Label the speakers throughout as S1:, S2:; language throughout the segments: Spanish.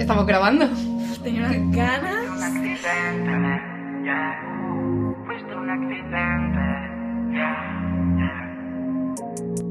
S1: Estamos grabando.
S2: Tenía unas ganas.
S3: accidente, ya. Fuiste un accidente, ya,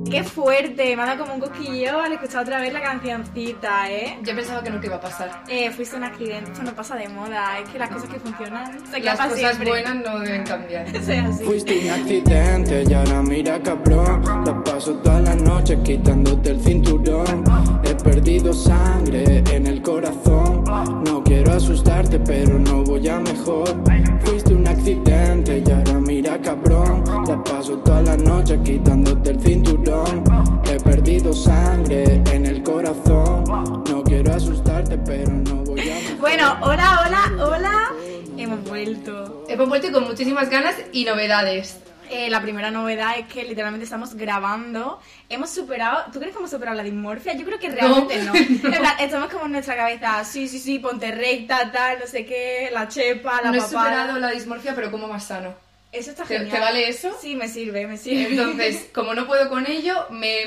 S2: Qué fuerte. Me ha dado como un cosquillo al escuchar otra vez la cancioncita, ¿eh?
S1: Yo pensaba que nunca iba a pasar.
S2: Eh, fuiste un accidente, esto no pasa de moda, es que las cosas que funcionan se quedan
S1: Las
S2: para
S1: cosas
S2: siempre.
S1: buenas no deben cambiar.
S2: Eso es así.
S4: Fuiste un accidente y ahora mira cabrón La paso toda la noche quitándote el cinturón He perdido sangre en el corazón No quiero asustarte pero no voy a mejor Fuiste un accidente y ahora mira cabrón La paso toda la noche quitándote el cinturón He perdido sangre en el corazón No quiero asustarte pero no voy a mejor
S2: Bueno, hola, hola, hola. Hemos vuelto.
S1: Hemos vuelto con muchísimas ganas y novedades.
S2: Eh, la primera novedad es que literalmente estamos grabando. Hemos superado. ¿Tú crees que hemos superado la dismorfia? Yo creo que realmente no.
S1: No.
S2: En plan, estamos como en nuestra cabeza. Sí, sí, sí, ponte recta, tal, no sé qué, la chepa, la
S1: no he
S2: papada.
S1: superado la dismorfia, pero como más sano.
S2: Eso está
S1: ¿Te-
S2: genial.
S1: te vale eso?
S2: Sí, me sirve, me sirve.
S1: Entonces, como no puedo con ello,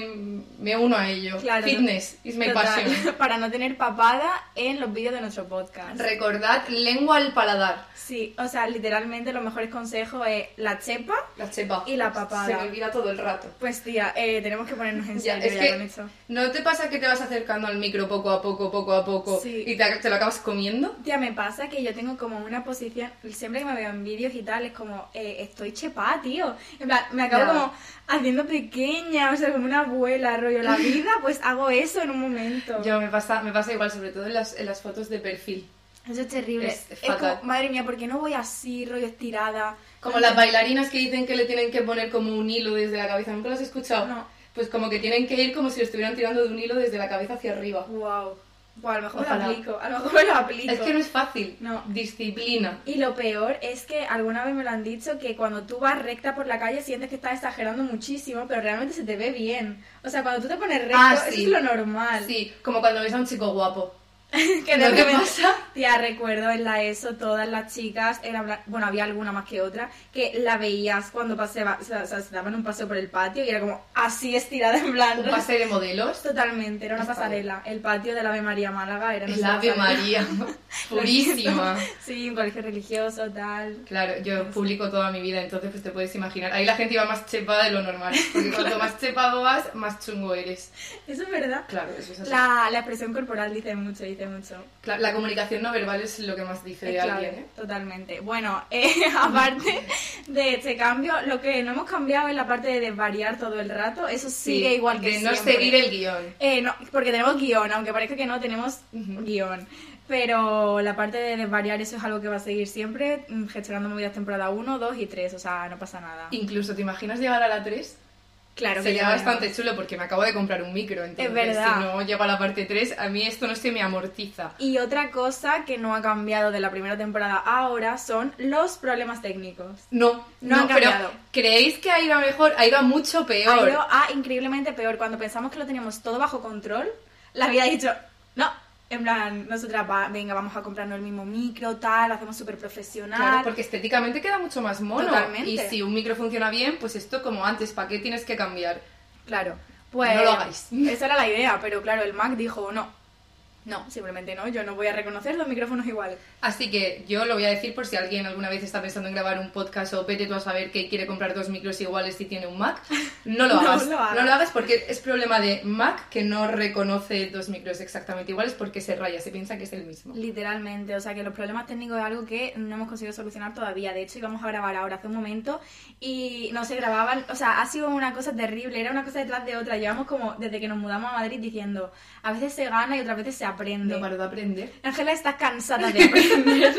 S1: me, me uno a ello.
S2: Claro,
S1: Fitness is my
S2: total,
S1: passion.
S2: Para no tener papada en los vídeos de nuestro podcast.
S1: Recordad, lengua al paladar.
S2: sí, o sea, literalmente los mejores consejos es la chepa.
S1: La chepa.
S2: Y la papada.
S1: Se me olvida todo el rato.
S2: Pues tía, eh, tenemos que ponernos en
S1: Ya,
S2: serio
S1: es
S2: ya con
S1: que
S2: esto.
S1: ¿no te pasa que te vas acercando al micro poco a poco, poco a poco
S2: Sí.
S1: y te, te lo acabas comiendo?
S2: Tía, me pasa que yo tengo como una posición, siempre que me veo en vídeos y tal, es como, eh, estoy chepa, tío. En plan, me acabo
S1: Ya.
S2: como haciendo pequeña, o sea, como una abuela, rollo la vida, pues hago eso en un momento.
S1: Yo me pasa, me pasa igual, sobre todo en las, en las fotos de perfil.
S2: Eso es terrible.
S1: Es
S2: Es,
S1: fatal.
S2: como, madre mía, ¿por qué no voy así, rollo estirada?
S1: Como las bailarinas que dicen que le tienen que poner como un hilo desde la cabeza. ¿Nunca lo has escuchado?
S2: No.
S1: Pues como que tienen que ir como si lo estuvieran tirando de un hilo desde la cabeza hacia arriba.
S2: Wow. a lo mejor
S1: Ojalá.
S2: lo aplico, a lo mejor me lo aplico.
S1: Es que no es fácil.
S2: No.
S1: Disciplina.
S2: Y lo peor es que alguna vez me lo han dicho que cuando tú vas recta por la calle sientes que estás exagerando muchísimo, pero realmente se te ve bien. O sea, cuando tú te pones recto,
S1: Ah, sí.
S2: eso es lo normal.
S1: Sí, como cuando ves a un chico guapo.
S2: que
S1: ¿No te
S2: de repente-
S1: pasa?
S2: Tía, recuerdo en la ESO todas las chicas, eran bla- bueno, había alguna más que otra, que la veías cuando paseaba, o sea, o sea, se daban un paseo por el patio y era como así estirada en blanco.
S1: Un pase de modelos.
S2: Totalmente, era una
S1: Está bien.
S2: pasarela. El patio de la Ave María Málaga era
S1: El Ave
S2: pasarela.
S1: María. Purísima.
S2: Sí, un colegio religioso, tal.
S1: Claro, yo publico toda mi vida, entonces pues te puedes imaginar. Ahí la gente iba más chepada de lo normal. Porque cuanto más chepado vas, más chungo eres.
S2: Eso es verdad.
S1: Claro, eso es así. La,
S2: La, la expresión corporal dice mucho, dice mucho.
S1: la comunicación no verbal es lo que más dice de
S2: Es clave,
S1: alguien, ¿eh?
S2: Totalmente. Bueno, eh, aparte de este cambio, lo que no hemos cambiado es la parte de desvariar todo el rato. Eso sigue igual que
S1: De no
S2: siempre.
S1: seguir el guión.
S2: Eh, no, porque tenemos guión, aunque parezca que no tenemos
S1: Ujú.
S2: guión. Pero la parte de desvariar, eso es algo que va a seguir siempre, mm, gestionando movidas temporada 1, 2 y 3, o sea, no pasa nada.
S1: Incluso, ¿te imaginas llegar a la 3?
S2: claro que
S1: Sería
S2: ya
S1: bastante chulo porque me acabo de comprar un micro, entonces
S2: verdad.
S1: si no llego a la parte 3, a mí esto no se me amortiza.
S2: Y otra cosa que no ha cambiado de la primera temporada a ahora son los problemas técnicos.
S1: No,
S2: No han
S1: pero
S2: cambiado.
S1: ¿creéis que ha ido a mejor? Ha ido a mucho
S2: Ha
S1: peor.
S2: ido a increíblemente peor. Cuando pensamos que lo teníamos todo bajo control, la vida ha dicho, no, en plan, nosotras, va, venga, vamos a comprarnos el mismo micro, tal, lo hacemos súper profesional.
S1: Claro, porque estéticamente queda mucho más mono.
S2: Totalmente.
S1: Y si un micro funciona bien, pues esto como antes, ¿para qué tienes que cambiar?
S2: Claro, pues...
S1: No lo hagáis.
S2: Esa era la idea, pero claro, el Mac dijo, no, no, simplemente no, yo no voy a reconocer los micrófonos iguales.
S1: Así que yo lo voy a decir por si alguien alguna vez está pensando en grabar un podcast o vete tú a saber que quiere comprar dos micros iguales si tiene un Mac. No lo
S2: No
S1: hagas.
S2: lo hagas.
S1: porque es problema de Mac que no reconoce dos micros exactamente iguales porque se raya, se piensa que es el mismo.
S2: Literalmente, o sea que los problemas técnicos es algo que no hemos conseguido solucionar todavía. De hecho, íbamos a grabar ahora hace un momento y no se grababan. O sea, ha sido una cosa terrible, era una cosa detrás de otra. Llevamos como desde que nos mudamos a Madrid diciendo, a veces se gana y otras veces se aprende.
S1: No paro de aprender.
S2: Ángela está cansada de aprender.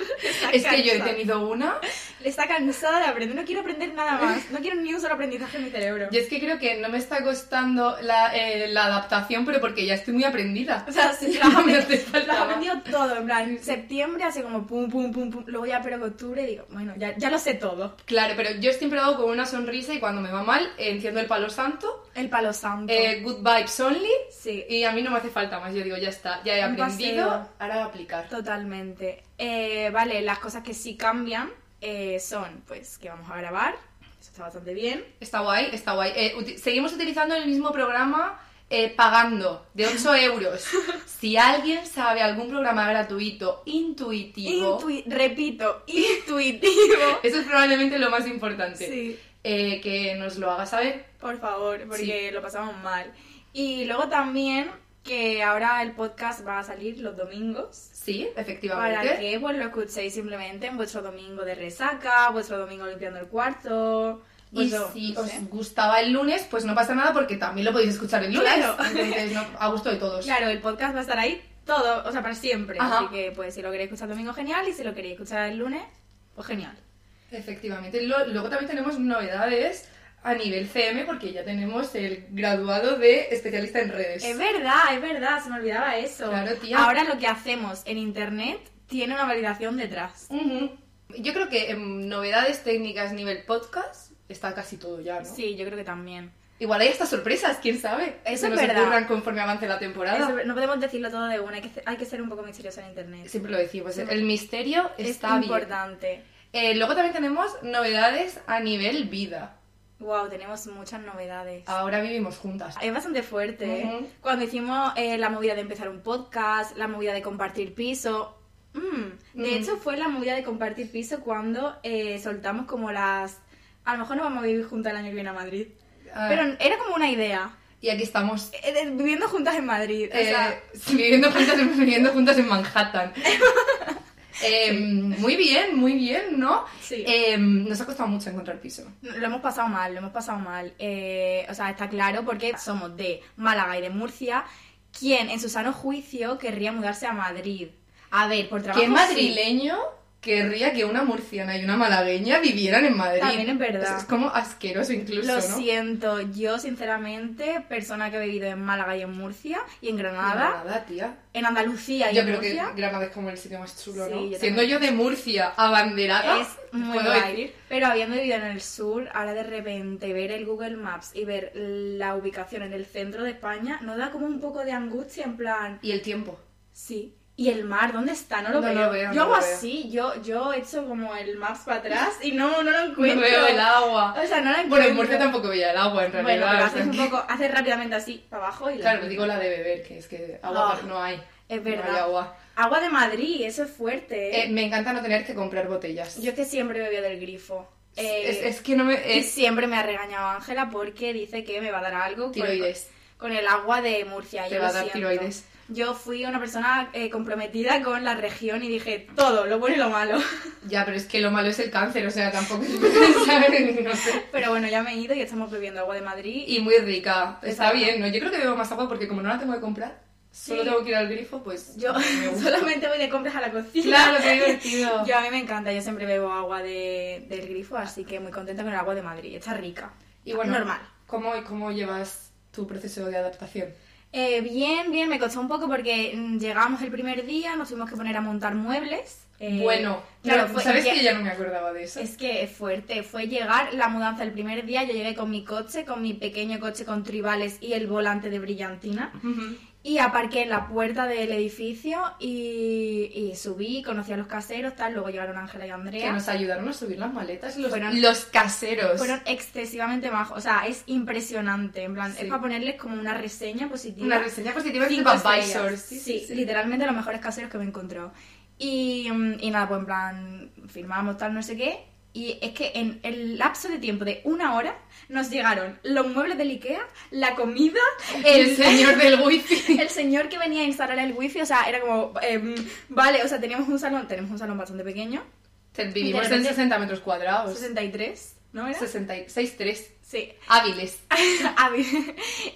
S2: Está
S1: Es que yo he
S2: cansada.
S1: tenido una.
S2: Está cansada de aprender, no quiero aprender nada más. No quiero ni un solo aprendizaje en mi cerebro.
S1: Y es que creo que no me está costando la, eh, la adaptación, pero porque ya estoy muy aprendida.
S2: O sea, sí,
S1: Ya
S2: lo has
S1: me
S2: aprendi-
S1: hace
S2: lo
S1: falta
S2: has
S1: más.
S2: aprendido todo, en plan, septiembre hace como pum, pum, pum, pum, luego ya pero que octubre digo, bueno, ya, ya lo sé todo.
S1: Claro, pero yo siempre lo hago con una sonrisa y cuando me va mal, eh, enciendo el palo santo,
S2: El palo santo.
S1: eh, good vibes only,
S2: sí,
S1: y a mí no me hace falta más. Yo digo, ya está, ya he
S2: Un
S1: aprendido,
S2: paseo.
S1: ahora a aplicar.
S2: totalmente. Eh, vale, las cosas que sí cambian eh, son, pues, que vamos a grabar, eso está bastante bien.
S1: Está guay, está guay. Eh, uti- seguimos utilizando el mismo programa eh, pagando de 8 euros, si alguien sabe algún programa gratuito intuitivo,
S2: Intui- repito, intuitivo.
S1: eso es probablemente lo más importante,
S2: Sí,
S1: eh, que nos lo haga saber.
S2: por favor, porque lo pasamos mal. Y luego también que ahora el podcast va a salir los domingos.
S1: Sí, efectivamente.
S2: Para que pues, lo escuchéis simplemente en vuestro domingo de resaca, vuestro domingo limpiando el cuarto.
S1: Y
S2: vuestro-
S1: si
S2: pues no
S1: os
S2: sé.
S1: gustaba el lunes, pues no pasa nada porque también lo podéis escuchar el lunes.
S2: Claro.
S1: Entonces, no- a gusto de todos.
S2: Claro, el podcast va a estar ahí todo, o sea, para siempre.
S1: Ajá.
S2: Así que, pues, si lo queréis escuchar domingo, genial. Y si lo queréis escuchar el lunes, pues genial.
S1: Efectivamente. Lo- luego también tenemos novedades a nivel CM porque ya tenemos el graduado de especialista en redes.
S2: Es verdad, es verdad, se me olvidaba eso.
S1: Claro, tía.
S2: Ahora lo que hacemos en internet tiene una validación detrás.
S1: Ujú. Yo creo que en novedades técnicas nivel podcast está casi todo ya, ¿no?
S2: Sí, yo creo que también.
S1: Igual hay hasta sorpresas, quién sabe.
S2: Eso
S1: Que
S2: es
S1: nos
S2: verdad.
S1: ocurran conforme avance la temporada.
S2: Eso, no podemos decirlo todo de una, hay que, ce- hay que ser un poco misterioso en internet.
S1: Siempre lo decimos,
S2: Sí.
S1: el misterio está
S2: es
S1: bien.
S2: importante.
S1: Eh, luego también tenemos novedades a nivel vida.
S2: Wow, tenemos muchas novedades.
S1: Ahora vivimos juntas.
S2: Es bastante fuerte. ¿eh?
S1: Ujú.
S2: Cuando hicimos eh, la movida de empezar un podcast, la movida de compartir piso. Mm, De
S1: Mm.
S2: hecho, fue la movida de compartir piso cuando eh, soltamos como las. A lo mejor no vamos a vivir juntas el año que viene a Madrid.
S1: Ah,
S2: Pero era como una idea.
S1: y aquí estamos
S2: Eh, eh, viviendo juntas en Madrid. o
S1: eh,
S2: sea,
S1: viviendo, juntas, en- viviendo juntas en Manhattan. Eh, Muy bien, muy bien, ¿no?
S2: Sí.
S1: Eh, nos ha costado mucho encontrar piso.
S2: lo hemos pasado mal, lo hemos pasado mal. Eh, o sea, está claro porque somos de Málaga y de Murcia. ¿Quién en su sano juicio querría mudarse a Madrid? A ver, por trabajo.
S1: ¿Qué
S2: sí.
S1: madrileño querría que una murciana y una malagueña vivieran en Madrid?
S2: También es verdad.
S1: Eso es como asqueroso incluso,
S2: Lo
S1: ¿no?
S2: siento, yo sinceramente, persona que he vivido en Málaga y en Murcia y en Granada,
S1: Nada, tía.
S2: en Andalucía y
S1: Yo
S2: en
S1: creo
S2: Murcia,
S1: que Granada es como el sitio más chulo,
S2: Sí,
S1: ¿no?
S2: yo
S1: Siendo
S2: también.
S1: yo de Murcia, abanderada,
S2: es muy
S1: puedo
S2: guay.
S1: decir.
S2: Pero habiendo vivido en el sur, ahora de repente ver el Google Maps y ver la ubicación en el centro de España, nos da como un poco de angustia en plan,
S1: Y el tiempo.
S2: sí. ¿Y el mar dónde está? No lo,
S1: No
S2: veo.
S1: lo veo, no
S2: Yo hago
S1: lo veo.
S2: así, yo yo echo como el maps para atrás y no no lo
S1: No
S2: encuentro.
S1: veo el agua.
S2: O sea, no lo encuentro.
S1: Bueno, en Murcia tampoco veía el agua, en
S2: Bueno,
S1: realidad. o
S2: pero
S1: sea
S2: haces un
S1: que-
S2: poco, haces rápidamente así para abajo y la
S1: Claro, digo la de beber, que es que agua
S2: Ah,
S1: no hay.
S2: Es
S1: No
S2: verdad.
S1: hay agua.
S2: Agua de Madrid, eso es fuerte. ¿eh?
S1: Eh, me encanta no tener que comprar botellas.
S2: Yo es que siempre bebía del grifo. Eh,
S1: es, es que no me...
S2: y
S1: Es
S2: siempre me ha regañado Ángela porque dice que me va a dar algo con,
S1: tiroides.
S2: con el agua de Murcia.
S1: Te
S2: yo
S1: va
S2: lo
S1: a dar
S2: siento.
S1: tiroides.
S2: Yo fui una persona eh, comprometida con la región y dije todo, lo bueno y lo malo.
S1: Ya, pero es que lo malo es el cáncer, o sea, tampoco es... ¿sabes? No sé.
S2: Pero bueno, ya me he ido y estamos bebiendo agua de Madrid. Y
S1: Y muy rica. Está
S2: Exacto.
S1: bien, ¿no? Yo creo que bebo más agua porque como no la tengo que comprar, solo
S2: Sí.
S1: tengo que ir al grifo, pues...
S2: yo
S1: me gusta.
S2: solamente voy de compras a la cocina.
S1: Claro, qué divertido.
S2: Yo a mí me encanta, yo siempre bebo agua de- del grifo, así que muy contenta con el agua de Madrid. Está rica.
S1: Y bueno,
S2: normal.
S1: ¿cómo, ¿cómo llevas tu proceso de adaptación?
S2: Eh, bien, bien, me costó un poco porque mm, llegamos el primer día, nos tuvimos que poner a montar muebles. eh,
S1: bueno, no,
S2: claro, fue-
S1: ¿sabes
S2: lle-
S1: que ya no me acordaba de eso?
S2: Es que es fuerte, fue llegar la mudanza el primer día, yo llegué con mi coche, con mi pequeño coche con tribales y el volante de brillantina.
S1: Ujú.
S2: Y aparqué en la puerta del edificio y, y subí, conocí a los caseros, tal, luego llegaron Ángela y Andrea.
S1: Que pues nos ayudaron a subir las maletas los,
S2: Fueron-
S1: los caseros.
S2: Fueron excesivamente majos, o sea, es impresionante, en plan,
S1: Sí.
S2: es para ponerles como una reseña positiva.
S1: Una reseña positiva en
S2: Cinco
S1: TripAdvisor.
S2: estrellas. Sí, literalmente los mejores caseros que me encontró. Y, mm, y nada, pues en plan, firmamos tal, no sé qué. Y es que en el lapso de tiempo de una hora nos llegaron los muebles del Ikea, la comida,
S1: El
S2: el,
S1: señor del wifi.
S2: el señor que venía a instalar el wifi, o sea, era como, em, vale, o sea, teníamos un salón, tenemos un salón bastante pequeño,
S1: Te- Vivimos en
S2: repente-
S1: 60 metros cuadrados.
S2: 63, ¿no era?
S1: 66, 3.
S2: Sí,
S1: Hábiles.
S2: A ver,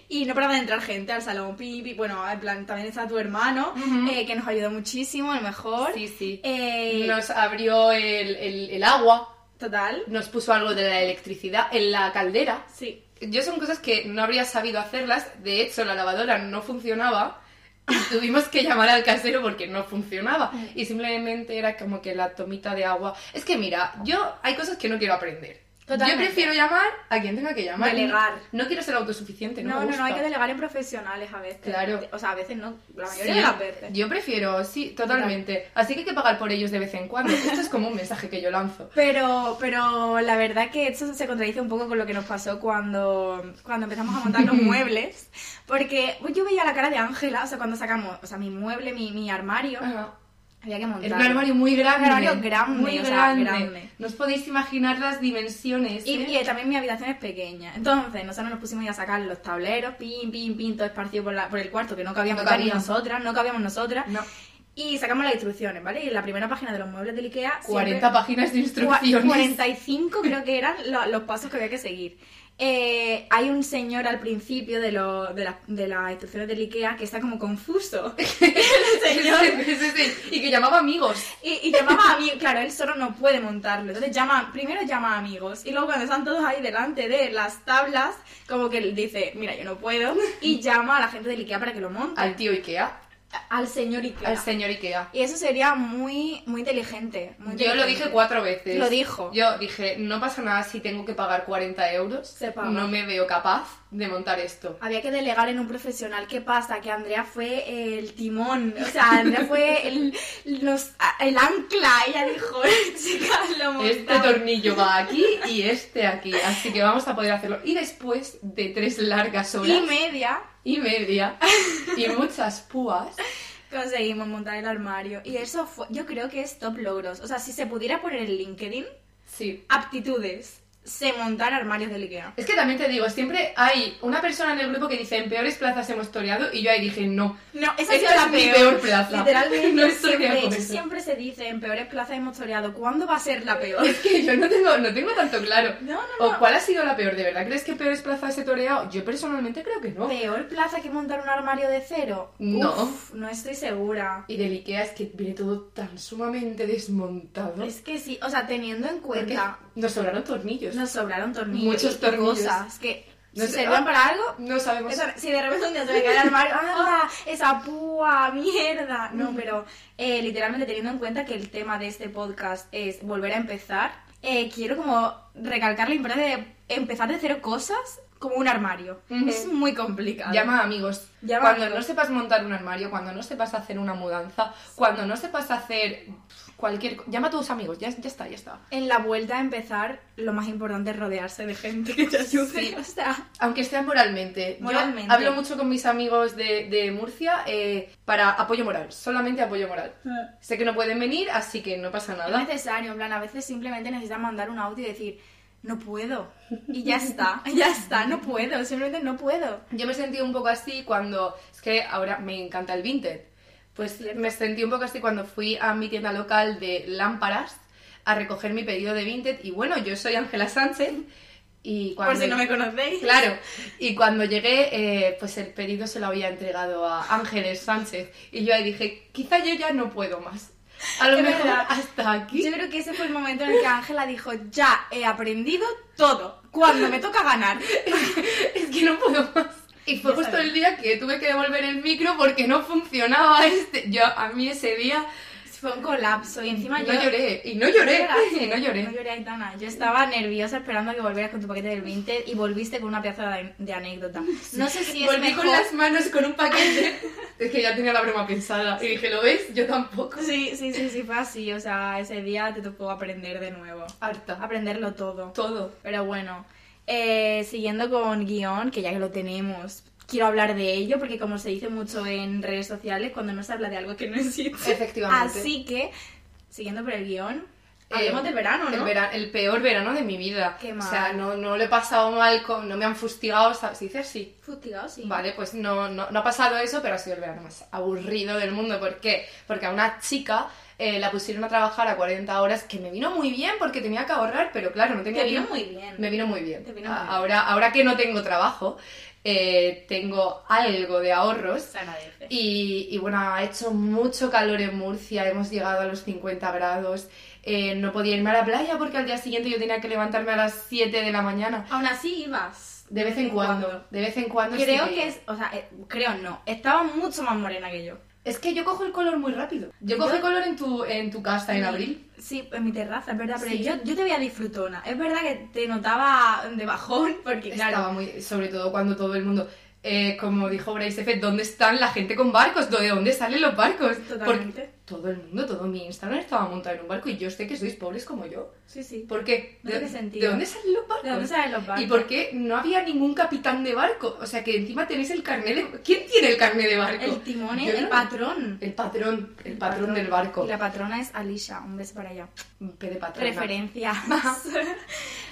S2: y no paraba de entrar gente al salón pipi. Bueno, en plan, también está tu hermano,
S1: Ujú.
S2: eh, que nos ayudó muchísimo, a lo mejor.
S1: Sí, sí.
S2: Eh,
S1: Nos abrió el, el- el agua,
S2: Total.
S1: nos puso algo de la electricidad en la caldera.
S2: Sí.
S1: Yo son cosas que no habría sabido hacerlas. De hecho, la lavadora no funcionaba. Y tuvimos que llamar al casero porque no funcionaba. Y simplemente era como que la tomita de agua. Es que mira, yo hay cosas que no quiero aprender.
S2: Totalmente.
S1: Yo prefiero llamar a quien tenga que llamar.
S2: Delegar.
S1: No quiero ser autosuficiente, no,
S2: No,
S1: me
S2: no, no, hay
S1: gusta.
S2: que delegar en profesionales a veces.
S1: Claro.
S2: O sea, a veces no, la mayoría
S1: Sí,
S2: de las veces.
S1: Yo prefiero, sí, totalmente. Así que hay que pagar por ellos de vez en cuando. Esto es como un mensaje que yo lanzo.
S2: Pero, pero la verdad que eso se contradice un poco con lo que nos pasó cuando, cuando empezamos a montar los muebles. Porque pues, yo veía la cara de Ángela, o sea, cuando sacamos, o sea, mi mueble, mi, mi armario,
S1: Ajá.
S2: había que montar.
S1: Era un armario muy grande.
S2: Un armario grande,
S1: Muy
S2: o sea,
S1: grande.
S2: grande.
S1: No os podéis imaginar las dimensiones.
S2: Y,
S1: ¿eh?
S2: y también mi habitación es pequeña. Entonces, nosotros nos pusimos ya a sacar los tableros, pin, pin, pin, todo esparcido por, la, por el cuarto, que no cabíamos
S1: No cabía.
S2: ni nosotras, no cabíamos nosotras.
S1: No.
S2: Y sacamos las instrucciones, ¿vale? Y en la primera página de los muebles del IKEA.
S1: 40
S2: siempre-
S1: páginas de instrucciones.
S2: Cua- 45 creo que eran lo- los pasos que había que seguir. Eh, hay un señor al principio de, lo- de, la- de las instrucciones del IKEA que está como confuso. El señor.
S1: Sí, sí, sí. Y que llamaba amigos.
S2: Y, y llamaba a amigos. Claro, él solo no puede montarlo. Entonces llama, primero llama a amigos. Y luego cuando están todos ahí delante de las tablas, como que él dice, mira, yo no puedo. Y llama a la gente del IKEA para que lo monte.
S1: Al tío Ikea.
S2: Al señor IKEA.
S1: Al señor Ikea.
S2: y eso sería muy, muy inteligente. muy
S1: Yo lo
S2: inteligente.
S1: dije cuatro veces.
S2: Lo dijo.
S1: Yo dije, no pasa nada si tengo que pagar 40 euros.
S2: Se paga.
S1: No me veo capaz de montar esto.
S2: Había que delegar en un profesional. ¿Qué pasa? Que Andrea fue el timón. O sea, Andrea fue el, los- el ancla. Ella dijo, chicas, lo
S1: Este
S2: montamos.
S1: tornillo va aquí y este aquí, así que vamos a poder hacerlo. Y después de tres largas horas
S2: Y media
S1: y media y muchas púas,
S2: conseguimos montar el armario. Y eso fue, yo creo que es top logros. O sea, si se pudiera poner en LinkedIn,
S1: sí.
S2: aptitudes, se montar armarios del Ikea.
S1: Es que también te digo, siempre hay una persona en el grupo que dice, en peores plazas hemos toreado, y yo ahí dije, no.
S2: No, esa
S1: Esta
S2: ha sido la
S1: es mi
S2: peor.
S1: peor plaza.
S2: Literalmente,
S1: No estoy de
S2: siempre,
S1: acuerdo.
S2: siempre se dice, en peores plazas hemos toreado. ¿Cuándo va a ser la peor?
S1: Es que yo no tengo, no tengo tanto claro.
S2: No, no, no.
S1: ¿O cuál ha sido la peor? ¿De verdad crees que peores plazas he toreado? Yo personalmente creo que no.
S2: ¿Peor plaza que montar un armario de cero?
S1: No.
S2: Uf, no estoy segura.
S1: Y del Ikea es que viene todo tan sumamente desmontado.
S2: Es que sí, o sea, teniendo en cuenta,
S1: Porque Nos sobraron tornillos.
S2: nos sobraron tornillos.
S1: Muchos
S2: y
S1: tornillos.
S2: Cosas que
S1: No
S2: si
S1: sé,
S2: servían
S1: ah,
S2: para algo.
S1: No sabemos.
S2: esa- si de repente un día se me cae el armario, ¡anda! ¡Esa púa! ¡Mierda! No, pero eh, literalmente teniendo en cuenta que el tema de este podcast es volver a empezar, eh, quiero como recalcar la importancia de empezar de cero cosas como un armario.
S1: Ujú.
S2: Es muy complicado.
S1: Llama a amigos.
S2: Llama a
S1: cuando
S2: amigos.
S1: no sepas montar un armario, cuando no sepas hacer una mudanza, cuando no sepas hacer cualquier... co- Llama a tus amigos, ya, ya está, ya está.
S2: En la vuelta a empezar, lo más importante es rodearse de gente que te ayude.
S1: Sí.
S2: O sea,
S1: Aunque sea moralmente.
S2: Moralmente.
S1: Yo hablo mucho con mis amigos de, de Murcia eh, para apoyo moral, solamente apoyo moral.
S2: Ah.
S1: Sé que no pueden venir, así que no pasa
S2: es
S1: nada.
S2: necesario, en plan, a veces simplemente necesitas mandar un audio y decir, no puedo. Y ya está, ya está, no puedo, simplemente no puedo.
S1: Yo me sentí un poco así cuando... Es que ahora me encanta el vintage. Pues
S2: Cierto.
S1: me sentí un poco así cuando fui a mi tienda local de lámparas a recoger mi pedido de vintage. Y bueno, yo soy Ángela Sánchez. Y cuando...
S2: Por si no me conocéis.
S1: Claro, y cuando llegué, eh, pues el pedido se lo había entregado a Ángeles Sánchez. Y yo ahí dije, quizá yo ya no puedo más. A lo
S2: Es
S1: mejor
S2: verdad.
S1: hasta aquí.
S2: Yo creo que ese fue el momento en el que Ángela dijo, ya he aprendido todo, cuando me toca ganar.
S1: Es que no puedo más. Y fue
S2: Ya
S1: justo
S2: sabes.
S1: el día que tuve que devolver el micro porque no funcionaba este. Yo, a mí ese día,
S2: Fue un colapso y encima
S1: no
S2: yo...
S1: lloré. Y no lloré.
S2: lloraste.
S1: Y no
S2: No
S1: lloré.
S2: lloré, Aitana. Yo estaba nerviosa esperando a que volvieras con tu paquete del 20 y volviste con una pieza de, de anécdota. No sé si es
S1: Volví
S2: mejor...
S1: con las manos con un paquete. es que ya tenía la broma pensada. Y dije, ¿lo ves? Yo tampoco.
S2: Sí, sí, sí, sí, fue así. O sea, ese día te tocó aprender de nuevo.
S1: Harta.
S2: Aprenderlo todo.
S1: Todo.
S2: Pero bueno, eh, siguiendo con guión, que ya que lo tenemos, quiero hablar de ello porque como se dice mucho en redes sociales, cuando no se habla de algo que no existe.
S1: Efectivamente.
S2: Así que, siguiendo por el guión,
S1: Eh,
S2: hablemos del verano, ¿no?
S1: El, vera- el peor verano de mi vida.
S2: Qué
S1: O sea,
S2: mal.
S1: no, no lo he pasado mal, con, no me han fustigado, ¿sabes? Se dice así.
S2: Fustigado, sí.
S1: Vale, pues no, no, no ha pasado eso, pero ha sido el verano más aburrido del mundo. ¿Por qué? Porque a una chica eh, la pusieron a trabajar a 40 horas, que me vino muy bien porque tenía que ahorrar, pero claro, no tenía
S2: Te vino
S1: tiempo.
S2: muy bien.
S1: Me vino muy bien.
S2: Te vino
S1: A-
S2: muy bien.
S1: Ahora, ahora que no tengo trabajo, eh, tengo algo de ahorros.
S2: Se agradece.
S1: Y, y bueno, ha hecho mucho calor en Murcia, hemos llegado a los 50 grados. eh, no podía irme a la playa porque al día siguiente yo tenía que levantarme a las 7 de la mañana.
S2: Aún así ibas.
S1: De vez en cuando, de vez en cuando. sí
S2: Creo que es, o sea, eh, creo no, estaba mucho más morena que yo.
S1: Es que yo cojo el color muy rápido. Yo cojo
S2: Yo-
S1: el color en tu, en tu casa en
S2: Mi-
S1: abril.
S2: Sí, en mi terraza, es verdad, pero
S1: Sí.
S2: yo, yo te veía disfrutona. Es verdad que te notaba de bajón, porque
S1: Estaba
S2: claro,
S1: muy, sobre todo cuando todo el mundo, eh, como dijo Bryce F, ¿dónde están la gente con barcos? ¿De dónde salen los barcos? Porque
S2: totalmente.
S1: todo el mundo, todo mi Instagram estaba montado en un barco y yo sé que sois pobres como yo.
S2: Sí, sí.
S1: ¿Por qué?
S2: No
S1: ¿De,
S2: tiene sentido.
S1: de dónde salen los barcos?
S2: ¿De dónde salen los barcos?
S1: ¿Y por qué no había ningún capitán de barco? O sea que encima tenéis el carnet de... ¿Quién tiene el carnet de barco?
S2: El timón es
S1: Yo
S2: el
S1: no-
S2: patrón.
S1: El patrón, el patrón del barco.
S2: Y la patrona es Alicia, un beso para allá.
S1: P de patrona.
S2: Referencia.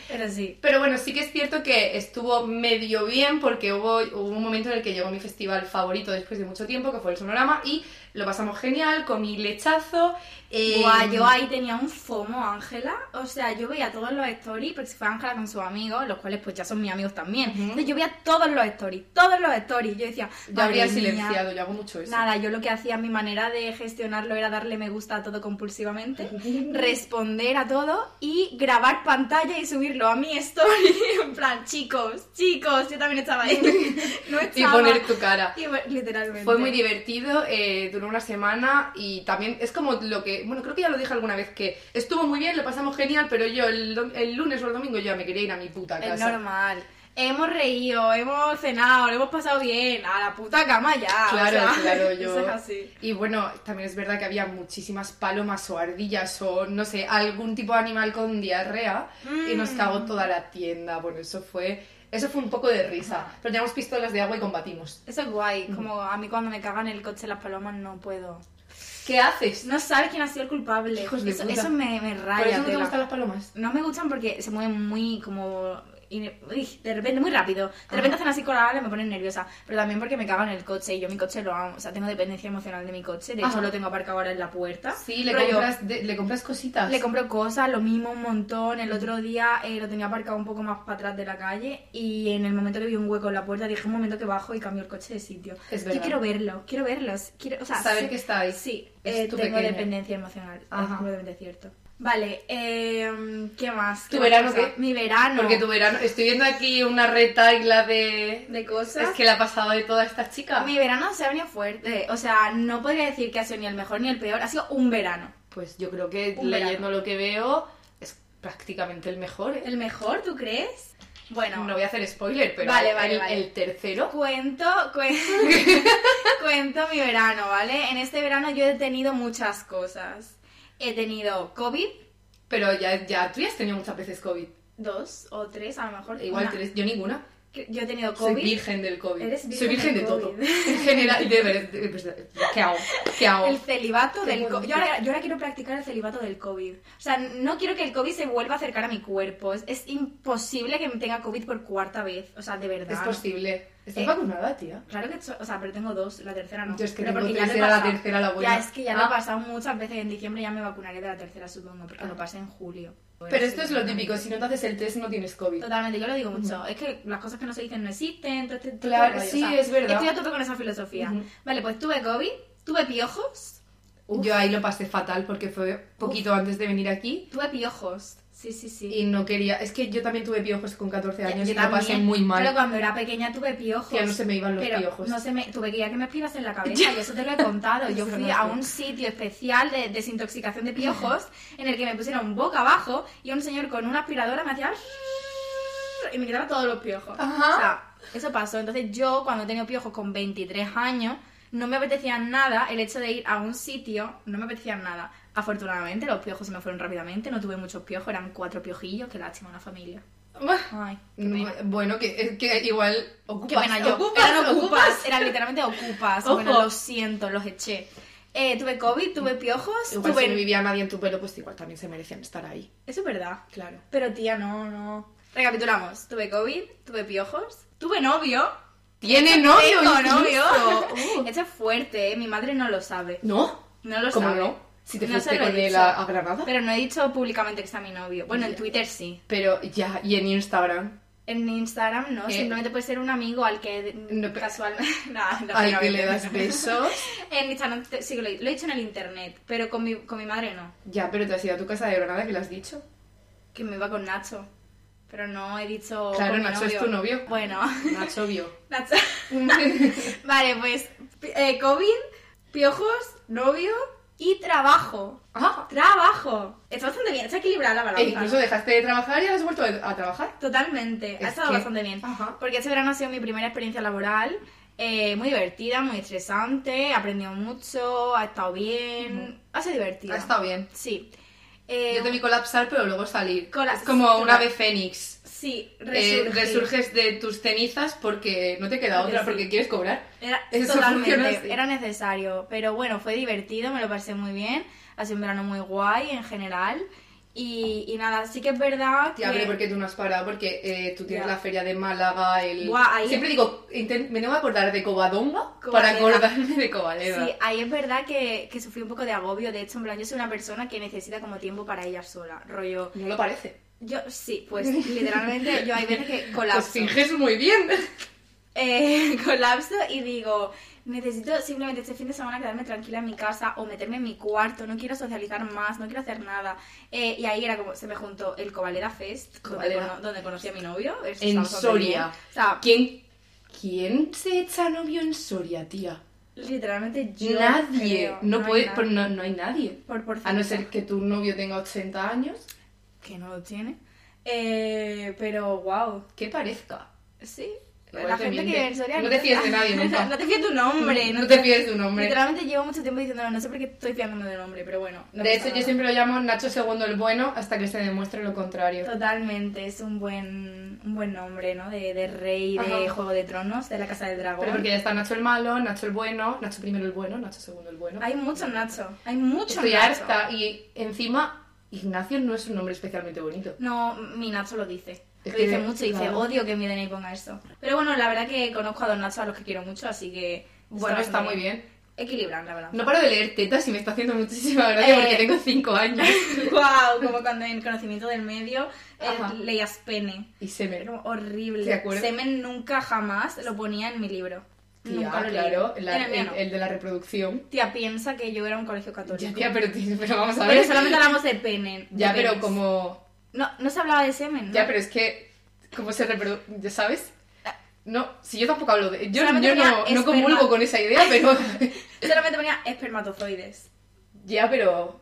S2: pero sí.
S1: Pero bueno, sí que es cierto que estuvo medio bien porque hubo, hubo un momento en el que llegó mi festival favorito después de mucho tiempo, que fue el Sonorama, y lo pasamos genial, comí lechazo. eh,
S2: Buah, yo ahí tenía un FOMO, Ángela. O sea, yo veía todos los stories, porque si fue Ángela con sus amigos, los cuales pues ya son mis amigos también.
S1: Ujú.
S2: Entonces yo veía todos los stories, todos los stories. Yo decía,
S1: Yo habría
S2: "Madre mía".
S1: silenciado, yo hago mucho eso.
S2: Nada, yo lo que hacía, mi manera de gestionarlo era darle me gusta a todo compulsivamente, responder a todo y grabar pantalla y subirlo a mi story. En plan, chicos, chicos, yo también estaba ahí. No
S1: Y
S2: estaba.
S1: poner tu cara.
S2: Y bueno, literalmente.
S1: Fue muy divertido, eh, duró una semana y también es como lo que, bueno, creo que ya lo dije alguna vez, que estuvo muy bien, lo pasamos genial, pero yo el, dom- el lunes o el domingo ya me quería ir a mi puta
S2: Es
S1: casa.
S2: normal. Hemos reído, hemos cenado, lo hemos pasado bien. A la puta cama ya. o
S1: Claro,
S2: sea,
S1: claro, yo.
S2: Eso es así.
S1: Y bueno, también es verdad que había muchísimas palomas o ardillas o no sé, algún tipo de animal con diarrea y nos
S2: Mm.
S1: cagó toda la tienda. Bueno, eso fue. Eso fue un poco de risa.
S2: Ajá.
S1: Pero teníamos pistolas de agua y combatimos.
S2: Eso es guay.
S1: Mm.
S2: Como a mí cuando me cagan el coche las palomas no puedo.
S1: ¿Qué haces?
S2: No sabes quién ha sido el culpable.
S1: Hijos de
S2: eso,
S1: puta.
S2: eso me, me raya.
S1: ¿Por eso no te
S2: tela.
S1: gustan las palomas?
S2: No me gustan porque se mueven muy como... ine- uy, de repente, muy rápido. De
S1: Ajá.
S2: repente hacen así con la ala y me ponen nerviosa. Pero también porque me cagan el coche y yo mi coche lo amo. O sea, tengo dependencia emocional de mi coche. De hecho,
S1: Ajá.
S2: lo tengo aparcado ahora en la puerta.
S1: Sí, le
S2: Rollo,
S1: compras, de- le compras cositas.
S2: le compro cosas, lo mismo un montón. El otro día eh, lo tenía aparcado un poco más para atrás de la calle y en el momento que vi un hueco en la puerta dije un momento que bajo y cambio el coche de sitio.
S1: Es
S2: Yo
S1: verdad.
S2: quiero verlo, quiero verlos. Quiero, o sea,
S1: Saber
S2: sé-
S1: que está ahí.
S2: Sí,
S1: Es
S2: eh,
S1: tu
S2: tengo
S1: pequeño.
S2: dependencia emocional. Es
S1: Ajá.
S2: completamente cierto. Vale, eh, ¿qué más?
S1: ¿Tu
S2: ¿Qué más
S1: verano
S2: cosa?
S1: qué?
S2: Mi verano.
S1: Porque tu verano. Estoy viendo aquí una retaila de.
S2: De cosas.
S1: Es que la ha pasado de todas estas chicas.
S2: Mi verano se ha venido fuerte. O sea, no podría decir que ha sido ni el mejor ni el peor. Ha sido un verano.
S1: Pues yo creo que
S2: Un verano.
S1: leyendo lo que veo es prácticamente el mejor. ¿eh?
S2: ¿El mejor, tú crees? Bueno,
S1: No voy a hacer spoiler, pero
S2: Vale, vale,
S1: el,
S2: vale.
S1: el tercero.
S2: Cuento, cuen- cuento mi verano, ¿vale? En este verano yo he tenido muchas cosas. He tenido COVID,
S1: Pero ya, ya tú ya has tenido muchas veces COVID.
S2: dos o tres, a lo mejor.
S1: Igual
S2: una.
S1: tres, yo ninguna.
S2: Yo he tenido
S1: Soy
S2: COVID.
S1: virgen del COVID.
S2: Eres
S1: Soy virgen
S2: virgen
S1: de
S2: del
S1: todo.
S2: COVID.
S1: En general, de verdad, de verdad, ¿Qué hago? ¿Qué hago?
S2: El celibato
S1: Qué
S2: del
S1: bonito.
S2: COVID. Yo ahora, yo ahora quiero practicar el celibato del COVID. O sea, no quiero que el COVID se vuelva a acercar a mi cuerpo. Es, es imposible que me tenga COVID por cuarta vez. O sea, de verdad.
S1: Es posible. ¿Estás
S2: Eh,
S1: vacunada, tía?
S2: Claro que, so- o sea, pero tengo dos, la tercera no.
S1: Yo es que
S2: pero
S1: tengo
S2: porque ya
S1: tres,
S2: lo he
S1: era la
S2: pasado.
S1: tercera la buena.
S2: Ya, es que ya lo
S1: Ah.
S2: he pasado muchas veces en diciembre, ya me vacunaré de la tercera, supongo, porque
S1: Ah.
S2: lo pasé en julio.
S1: Pero esto es lo típico, si no te haces el test no tienes COVID.
S2: Totalmente, yo lo digo mucho. Es que las cosas que no se dicen no existen, todo este- todo
S1: Claro,
S2: este rollo,
S1: sí, es verdad.
S2: Estoy a tope con esa filosofía.
S1: Ujú.
S2: Vale, pues tuve COVID, tuve piojos,
S1: Yo ahí lo pasé fatal porque fue poquito antes de venir aquí
S2: tuve piojos. Sí, sí, sí.
S1: y no quería... Es que yo también tuve piojos con 14
S2: Ya,
S1: años
S2: yo
S1: y lo pasé
S2: también,
S1: muy
S2: Pero
S1: mal.
S2: cuando era pequeña tuve piojos.
S1: Tía, no se me iban los
S2: Pero
S1: piojos.
S2: No se me, tuve que ir a que me escribas en la cabeza, y eso te lo he contado. Yo
S1: Eso
S2: fui
S1: no
S2: a
S1: sé.
S2: un sitio especial de desintoxicación de piojos en el que me pusieron boca abajo y un señor con una aspiradora me hacía y me quitaba todos los piojos.
S1: Ajá.
S2: O sea, eso pasó. Entonces yo, cuando he tenido piojos con 23 años, no me apetecía nada el hecho de ir a un sitio, no me apetecía nada. Afortunadamente los piojos se me fueron rápidamente, no tuve muchos piojos, eran cuatro piojillos, qué lástima una familia. Ay, qué pena.
S1: Bueno, que, es que igual ocupas,
S2: Qué pena yo.
S1: ocupas,
S2: eran ocupas,
S1: ocupas.
S2: eran literalmente ocupas.
S1: Ojo.
S2: Bueno, lo siento, los eché. Eh, tuve COVID, tuve piojos,
S1: Igual
S2: tuve...
S1: si no vivía nadie en tu pelo, pues igual también se merecían estar ahí.
S2: Eso es verdad.
S1: Claro.
S2: Pero tía, no, no. Recapitulamos. Tuve COVID, tuve piojos, tuve novio.
S1: ¿Tiene novio?
S2: Tengo
S1: incluso?
S2: novio.
S1: Uh.
S2: Eso es fuerte, ¿eh? Mi madre no lo sabe.
S1: ¿No?
S2: No lo
S1: ¿Cómo
S2: sabe.
S1: no? Si te
S2: No
S1: fuiste
S2: se lo he
S1: con él
S2: dicho.
S1: a, a Granada. Pero,
S2: Pero no he dicho públicamente que está mi novio. Bueno, en
S1: Ya.
S2: Twitter sí.
S1: ya, y en Instagram.
S2: En Instagram no,
S1: Eh.
S2: simplemente puede ser un amigo al que
S1: No, pero-
S2: casualmente... Nada, no,
S1: Al
S2: no,
S1: que
S2: no,
S1: le
S2: no,
S1: das
S2: no.
S1: besos.
S2: En Instagram te- sí que lo he, lo he hecho en el internet, pero con mi, con mi madre no.
S1: Ya, pero te has ido a tu casa de Granada, que lo has dicho.
S2: Que me iba con Nacho. Pero no he dicho.
S1: Claro,
S2: con mi
S1: Nacho es tu novio.
S2: Bueno,
S1: Nacho vio.
S2: Nacho. vale, pues. eh, COVID, piojos, novio y trabajo.
S1: Ah,
S2: Trabajo. Está bastante bien, está equilibrada la
S1: e
S2: balanza.
S1: incluso dejaste de trabajar y ahora has vuelto a trabajar.
S2: Totalmente, ha
S1: Es
S2: estado
S1: que-
S2: bastante bien.
S1: Ajá.
S2: Porque este verano ha sido mi primera experiencia laboral, eh, muy divertida, muy estresante, he aprendido mucho, ha estado bien, ha sido divertida.
S1: Ha estado Ah, bien.
S2: Sí. Eh,
S1: Yo te vi colapsar, pero luego salir.
S2: Cola-
S1: es como un
S2: cola-
S1: ave fénix.
S2: Sí,
S1: Eh,
S2: resurgir.
S1: resurges de tus cenizas porque no te queda
S2: Porque
S1: otra,
S2: sí.
S1: porque quieres cobrar.
S2: Era,
S1: Eso funciona así.
S2: totalmente, era necesario. Pero bueno, fue divertido, me lo pasé muy bien. Ha sido un verano muy guay en general. Y, y nada, sí que es verdad
S1: Tía,
S2: que...
S1: pero ¿por qué tú no has parado? Porque eh, tú tienes
S2: Ya.
S1: la feria de Málaga, el...
S2: Buah, ahí-
S1: Siempre digo, inten- me tengo que acordar de Covadonga para
S2: Covaleda.
S1: acordarme de Covaleda.
S2: Sí, ahí es verdad que, que sufrí un poco de agobio. De hecho, en plan, yo soy una persona que necesita como tiempo para ella sola. Rollo.
S1: No lo parece.
S2: Yo, sí, pues literalmente yo hay veces que
S1: Pues
S2: colapso.
S1: finges muy bien.
S2: Eh, colapso y digo, necesito simplemente este fin de semana quedarme tranquila en mi casa o meterme en mi cuarto, no quiero socializar más, no quiero hacer nada. Eh, y ahí era como, se me juntó el Covalera Fest, donde,
S1: Covalera.
S2: cono- donde conocí a mi novio. eso
S1: En
S2: estaba bastante
S1: Soria.
S2: bien. O sea,
S1: ¿Quién, ¿Quién se echa novio en Soria, tía?
S2: literalmente yo
S1: nadie.
S2: creo,
S1: no,
S2: hay
S1: puede,
S2: nadie.
S1: pero no, no hay nadie.
S2: Por, por
S1: A no
S2: fin.
S1: ser que tu novio tenga 80 años,
S2: que no lo tiene. Eh, pero wow,
S1: que parezca.
S2: sí.
S1: Igual
S2: la
S1: te
S2: gente
S1: miente.
S2: que en Soria
S1: No te fíes de nadie nunca.
S2: no te fíes de un hombre.
S1: no, te fíes de un hombre.
S2: Literalmente llevo mucho tiempo diciendo no sé por qué estoy fiándome del hombre, pero bueno. no
S1: de
S2: pasa
S1: hecho, yo
S2: nada.
S1: siempre lo llamo Nacho II el bueno hasta que se demuestre lo contrario.
S2: Totalmente, es un buen, un buen nombre, ¿no? De, de rey, de
S1: Ajá.
S2: Juego de Tronos, de la Casa del Dragón.
S1: Pero porque ya está Nacho el malo, Nacho el bueno, Nacho primero el bueno, Nacho segundo el bueno.
S2: Hay mucho Nacho, hay mucho
S1: Estoy
S2: Nacho.
S1: harta. Y encima, Ignacio no es un nombre especialmente bonito.
S2: No, mi Nacho lo dice.
S1: Es
S2: lo
S1: que-
S2: dice mucho, dice,
S1: claro.
S2: odio que mi DNI ponga eso. Pero bueno, la verdad que conozco a dos Nachos a los que quiero mucho, así que...
S1: Bueno, está
S2: bastante
S1: muy bien.
S2: Equilibran, la verdad.
S1: No paro de leer tetas y me está haciendo muchísima gracia
S2: Eh.
S1: porque tengo 5 años.
S2: Guau, como cuando en Conocimiento del Medio eh,
S1: Ajá.
S2: leías pene.
S1: Y se me.
S2: Era como horrible.
S1: ¿Te acuerdas?
S2: Semen nunca jamás lo ponía en mi libro.
S1: Tía,
S2: nunca lo leí.
S1: claro,
S2: En
S1: la-
S2: el mío
S1: el,
S2: no.
S1: el de la reproducción.
S2: Tía, piensa que yo era un colegio católico.
S1: Ya, tía, pero, pero vamos a ver.
S2: pero solamente hablamos de pene. de
S1: ya, pero
S2: penes.
S1: como.
S2: No, no se hablaba de semen. ¿no?
S1: Ya, pero es que. ¿Cómo se reproduce? ¿Ya sabes?
S2: Ah.
S1: No, si yo tampoco hablo de. Yo,
S2: Solamente
S1: yo no,
S2: ponía
S1: no comulgo
S2: esperma.
S1: con esa idea, pero.
S2: Solamente ponía espermatozoides.
S1: ya, pero.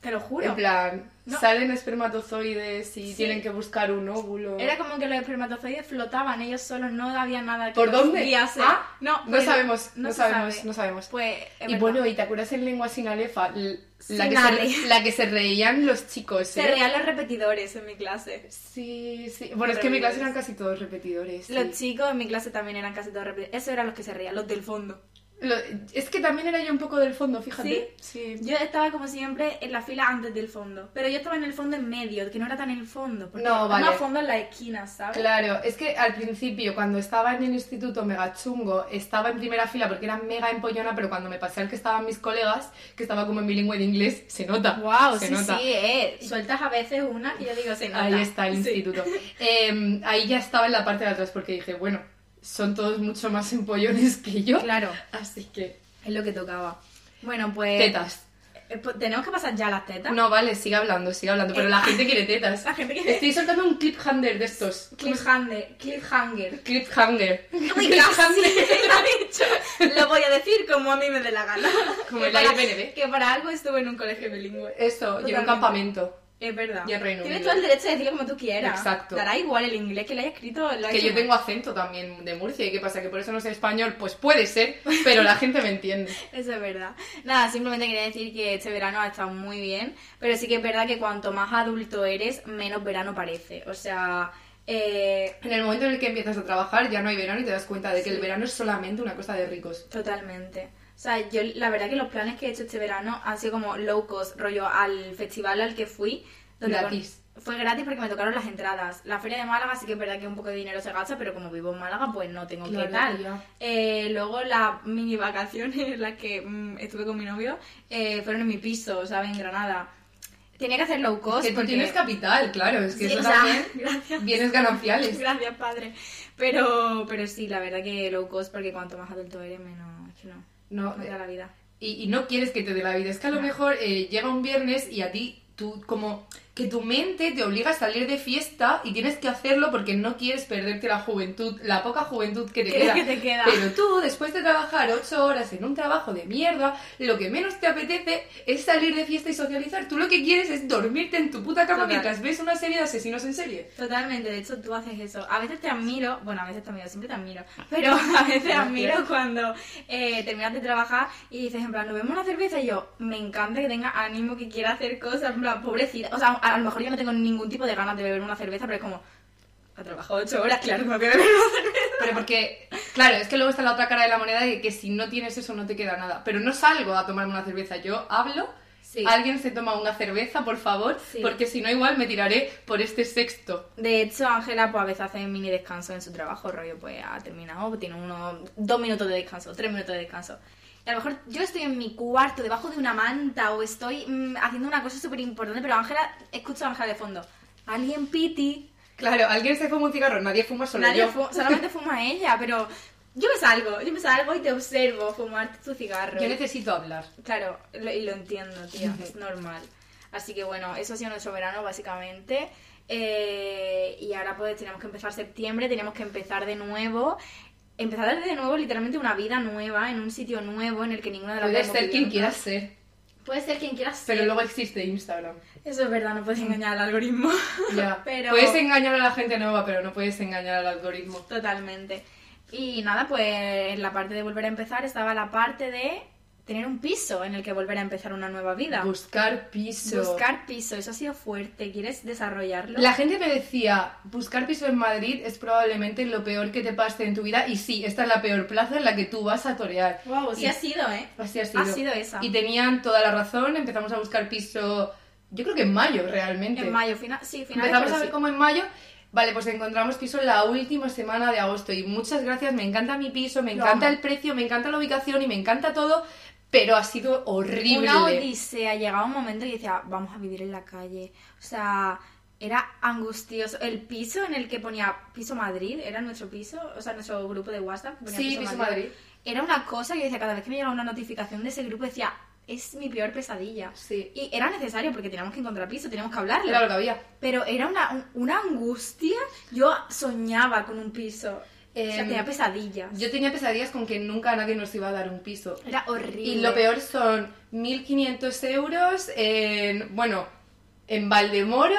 S2: Te lo juro.
S1: En plan,
S2: No.
S1: salen espermatozoides y
S2: Sí.
S1: tienen que buscar un óvulo.
S2: Era como que los espermatozoides flotaban ellos solos, no había nada que
S1: ¿Por
S2: los
S1: dónde?
S2: guiase.
S1: Ah,
S2: no,
S1: No
S2: pero
S1: sabemos, no,
S2: se
S1: sabemos,
S2: sabe.
S1: no sabemos.
S2: Pues, es
S1: y
S2: verdad.
S1: bueno, ¿y te acuerdas en lengua sin alefa? L- La que, se,
S2: Sinale.
S1: la que se reían los chicos,
S2: se
S1: ¿eh?
S2: reían los repetidores en mi clase.
S1: Sí, sí. Bueno, es que en mi clase eran casi todos repetidores. sí.
S2: Los chicos en mi clase también eran casi todos repetidores. Esos eran los que se reían, los del fondo.
S1: Lo- es que también era yo un poco del fondo, fíjate. Sí.
S2: Yo estaba como siempre en la fila antes del fondo, pero yo estaba en el fondo en medio, que no era tan el fondo, porque
S1: No, vale.
S2: más fondo en la esquina, ¿sabes?
S1: Claro, es que al principio, cuando estaba en el instituto mega chungo, estaba en primera fila porque era mega empollona, pero cuando me pasé al que estaban mis colegas, que estaba como en mi lengua de inglés, se nota.
S2: Wow,
S1: se
S2: sí,
S1: nota.
S2: sí, eh. Sueltas a veces una que yo digo, se nota.
S1: Ahí está el
S2: Sí.
S1: instituto. Eh, ahí ya estaba en la parte de atrás porque dije, bueno, son todos mucho más empollones que yo.
S2: Claro,
S1: Así que.
S2: es lo que tocaba. Bueno, pues...
S1: Tetas.
S2: eh, pues, Tenemos que pasar ya a las tetas.
S1: No, vale, sigue hablando, sigue hablando, pero la gente quiere tetas.
S2: La gente quiere-
S1: Estoy soltando un clip hanger de estos.
S2: Cliffhanger. Cliffhanger.
S1: Clip hanger.
S2: Uy, casi, lo he dicho. Lo voy a decir como a mí me dé la gana.
S1: Como
S2: Que
S1: el
S2: para-
S1: IRBNB.
S2: Que para algo estuve en un colegio bilingüe.
S1: Eso, y en un
S2: Totalmente.
S1: campamento.
S2: Es verdad.
S1: Y en Reino
S2: Tienes
S1: Unido.
S2: todo el derecho de decirlo como tú quieras.
S1: Exacto.
S2: Dará igual el inglés que le haya escrito. lo ha
S1: Que
S2: hecho
S1: yo
S2: mal.
S1: tengo acento también de Murcia y qué pasa, que por eso no sé español, pues puede ser, pero la gente me entiende.
S2: Eso es verdad. Nada, simplemente quería decir que este verano ha estado muy bien, pero sí que es verdad que cuanto más adulto eres, menos verano parece. O sea, eh,
S1: En el momento en el que empiezas a trabajar ya no hay verano y te das cuenta de que
S2: Sí.
S1: el verano es solamente una cosa de ricos.
S2: totalmente. O sea, yo la verdad que los planes que he hecho este verano han sido como low cost, rollo al festival al que fui.
S1: Gratis.
S2: Fue gratis porque me tocaron las entradas. La feria de Málaga sí que es verdad que un poco de dinero se gasta, pero como vivo en Málaga, pues no tengo
S1: Claro,
S2: que tal.
S1: tía.
S2: Eh, luego las mini vacaciones en las que mm, estuve con mi novio eh, fueron en mi piso, ¿sabes? En Granada. Tenía que hacer low cost.
S1: Que tú
S2: porque-
S1: tienes capital, claro, es que
S2: Sí,
S1: eso
S2: o sea,
S1: también
S2: gracias.
S1: bienes gananciales.
S2: Gracias, padre. Pero, pero sí, la verdad que low cost porque cuanto más adulto eres, menos... es que no,
S1: No,
S2: no te da
S1: eh,
S2: la vida.
S1: y, y no quieres que te dé la vida. Es que a lo mejor eh, llega un viernes y a ti, tú como que tu mente te obliga a salir de fiesta y tienes que hacerlo porque no quieres perderte la juventud, la poca juventud que te
S2: ¿Qué
S1: queda.
S2: que te queda?
S1: Pero tú, después de trabajar ocho horas en un trabajo de mierda, lo que menos te apetece es salir de fiesta y socializar. Tú lo que quieres es dormirte en tu puta cama
S2: Total.
S1: mientras ves una serie de asesinos en serie.
S2: Totalmente, de hecho tú haces eso. A veces te admiro, bueno, a veces te admiro, siempre te admiro, pero a veces admiro cuando eh, terminas de trabajar y dices, en plan, nos vemos una cerveza y yo, me encanta que tenga ánimo, que quiera hacer cosas, en plan, pobrecita. O sea, a, a lo mejor yo no tengo ningún tipo de ganas de beber una cerveza, pero es como, ha trabajado ocho horas, claro, que me voy a beber una cerveza.
S1: Pero porque, claro, es que luego está la otra cara de la moneda de que si no tienes eso no te queda nada. Pero no salgo a tomarme una cerveza, yo hablo.
S2: Sí.
S1: Alguien se toma una cerveza, por favor,
S2: Sí.
S1: porque si no igual me tiraré por este sexto.
S2: De hecho, Ángela pues a veces hace mini descanso en su trabajo, rollo, pues ha terminado, pues, tiene uno, dos minutos de descanso, tres minutos de descanso. Y a lo mejor yo estoy en mi cuarto, debajo de una manta, o estoy mm, haciendo una cosa súper importante, pero Ángela, escucho a Ángela de fondo. Alguien piti,
S1: Claro, alguien se fuma un cigarro, nadie fuma solo
S2: nadie
S1: yo.
S2: fu- solamente fuma ella, pero yo me salgo, yo me salgo y te observo fumar tu cigarro.
S1: Yo necesito hablar.
S2: Claro, lo- y lo entiendo, tía, es normal. Así que bueno, eso ha sido nuestro verano, básicamente. Eh, y ahora pues tenemos que empezar septiembre, tenemos que empezar de nuevo. Empezar de nuevo, literalmente, una vida nueva, en un sitio nuevo en el que ninguna de las
S1: Puedes
S2: dos
S1: ser
S2: hemos
S1: quien
S2: vivido.
S1: quieras ser,
S2: Puede ser quien quieras ser.
S1: pero luego existe Instagram.
S2: Eso es verdad, no puedes engañar al algoritmo.
S1: Ya.
S2: pero...
S1: Puedes engañar a la gente nueva, pero no puedes engañar al algoritmo.
S2: Totalmente. Y nada, pues en la parte de volver a empezar estaba la parte de tener un piso en el que volver a empezar una nueva vida.
S1: Buscar piso.
S2: Buscar piso, eso ha sido fuerte. ¿Quieres desarrollarlo?
S1: La gente me decía, buscar piso en Madrid es probablemente lo peor que te pase en tu vida. Y sí, esta es la peor plaza en la que tú vas a torear.
S2: Wow, sí
S1: Y-
S2: ha sido, ¿eh?
S1: Así ha sido.
S2: Ha sido esa.
S1: Y tenían toda la razón, empezamos a buscar piso, yo creo que en mayo realmente.
S2: En mayo, final, pues sí, final.
S1: Empezamos a ver cómo en mayo. Vale, pues encontramos piso en la última semana de agosto. Y muchas gracias, me encanta mi piso, me
S2: Lo
S1: encanta
S2: amo.
S1: el precio, me encanta la ubicación y me encanta todo. Pero ha sido horrible.
S2: Una odisea, llegaba un momento y decía, vamos a vivir en la calle. O sea, era angustioso. El piso en el que ponía Piso Madrid, era nuestro piso, o sea, nuestro grupo de WhatsApp. ponía
S1: Sí, Piso Madrid.
S2: Era una cosa que yo decía, cada vez que me llegaba una notificación de ese grupo, decía, es mi peor pesadilla.
S1: Sí.
S2: Y era necesario porque teníamos que encontrar piso, teníamos que hablarlo.
S1: Era lo que había.
S2: Pero era una, un- una angustia. Yo soñaba con un piso. Eh, o sea,
S1: Em,
S2: tenía pesadillas.
S1: Yo tenía pesadillas con que nunca nadie nos iba a dar un piso.
S2: Era horrible.
S1: Y lo peor son 1.500 euros en, bueno, en Valdemoro,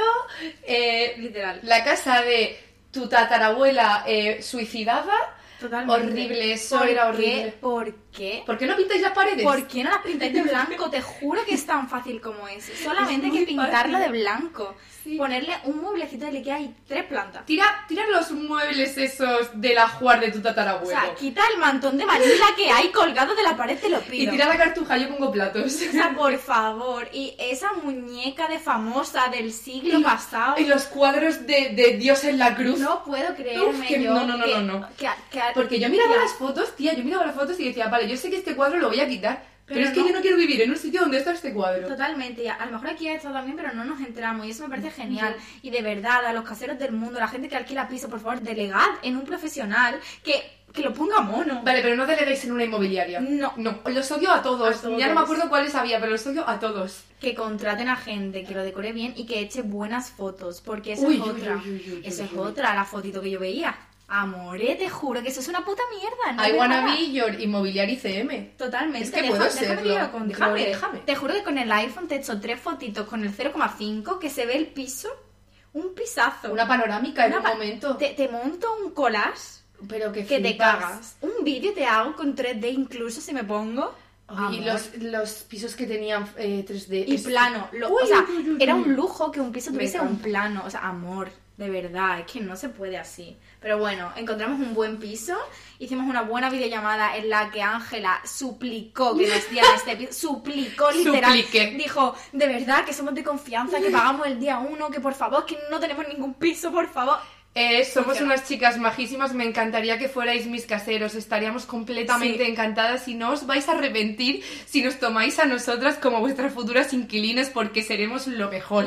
S1: eh,
S2: Literal.
S1: la casa de tu tatarabuela eh, suicidada.
S2: Totalmente.
S1: horrible, eso
S2: ¿Por
S1: era
S2: qué?
S1: horrible.
S2: ¿Por qué?
S1: ¿Por qué no pintáis las paredes?
S2: ¿Por qué no las pintáis de blanco? Te juro que es tan fácil como es. Solamente
S1: Es muy
S2: hay que pintarla
S1: fácil.
S2: de blanco.
S1: Sí.
S2: Ponerle un mueblecito de Ikea y tres plantas.
S1: Tira, tira los muebles esos del ajuar de tu
S2: O
S1: tatarabuelo.
S2: sea, quita el mantón de Manila que hay colgado de la pared, te lo
S1: y
S2: pido.
S1: tira la cartuja, yo pongo platos.
S2: O sea, por favor. Y esa muñeca de famosa del siglo pasado.
S1: y los cuadros de, de Dios en la cruz.
S2: No puedo creerme
S1: Uf, que-
S2: yo.
S1: no, no, no,
S2: que-
S1: no, no.
S2: que- que-
S1: Porque yo miraba
S2: tía,
S1: las fotos, tía, yo miraba las fotos y decía, vale, yo sé que este cuadro lo voy a quitar, pero,
S2: Pero
S1: es que
S2: no.
S1: yo no quiero vivir en un sitio donde está este cuadro.
S2: Totalmente, y a, a lo mejor aquí ha estado también, pero no nos enteramos y eso me parece genial. Y de verdad, a los caseros del mundo, la gente que alquila piso, por favor, delegad en un profesional que, que lo ponga mono.
S1: Vale, pero no delegáis en una inmobiliaria.
S2: No.
S1: No, los odio a todos.
S2: A todos.
S1: Ya no me acuerdo cuáles había, pero los odio a todos.
S2: Que contraten a gente, que lo decore bien y que eche buenas fotos, porque eso
S1: Uy,
S2: es
S1: uy,
S2: otra.
S1: uy, uy, uy,
S2: eso
S1: uy,
S2: es
S1: uy.
S2: otra, la fotito que yo veía. Amore, te juro que eso es una puta mierda. No
S1: I
S2: es
S1: wanna
S2: nada.
S1: be your inmobiliaria ICM.
S2: Totalmente.
S1: Es que
S2: deja-
S1: puedo
S2: déjame que
S1: serlo.
S2: yo lo controle.
S1: Déjame, déjame.
S2: Te juro que con el iPhone te he hecho tres fotitos con el 0,5 que se ve el piso, un pisazo.
S1: Una panorámica en
S2: Una
S1: un
S2: pa-
S1: momento.
S2: Te, te monto un collage
S1: Pero que,
S2: que te
S1: flipas.
S2: cagas. Un vídeo te hago con 3D incluso si me pongo.
S1: Ay, y
S2: Amor.
S1: los, los pisos que tenían eh, 3D.
S2: Y
S1: es-
S2: plano. lo-
S1: Uy,
S2: o sea,
S1: uy, uy, uy.
S2: era un lujo que un piso
S1: Me
S2: tuviese un
S1: encanta.
S2: plano. O sea, amor, de verdad, es que no se puede así. Pero bueno, encontramos un buen piso, hicimos una buena videollamada en la que Ángela suplicó que nos dieran este piso. Suplicó, literal.
S1: Supliqué.
S2: Dijo, de verdad, que somos de confianza, que pagamos el día uno, que por favor, que no tenemos ningún piso, por favor.
S1: Eh, somos
S2: Funciona.
S1: unas chicas majísimas, me encantaría que fuerais mis caseros, estaríamos completamente
S2: Sí.
S1: encantadas y no os vais a arrepentir si nos tomáis a nosotras como vuestras futuras inquilinas porque seremos lo mejor.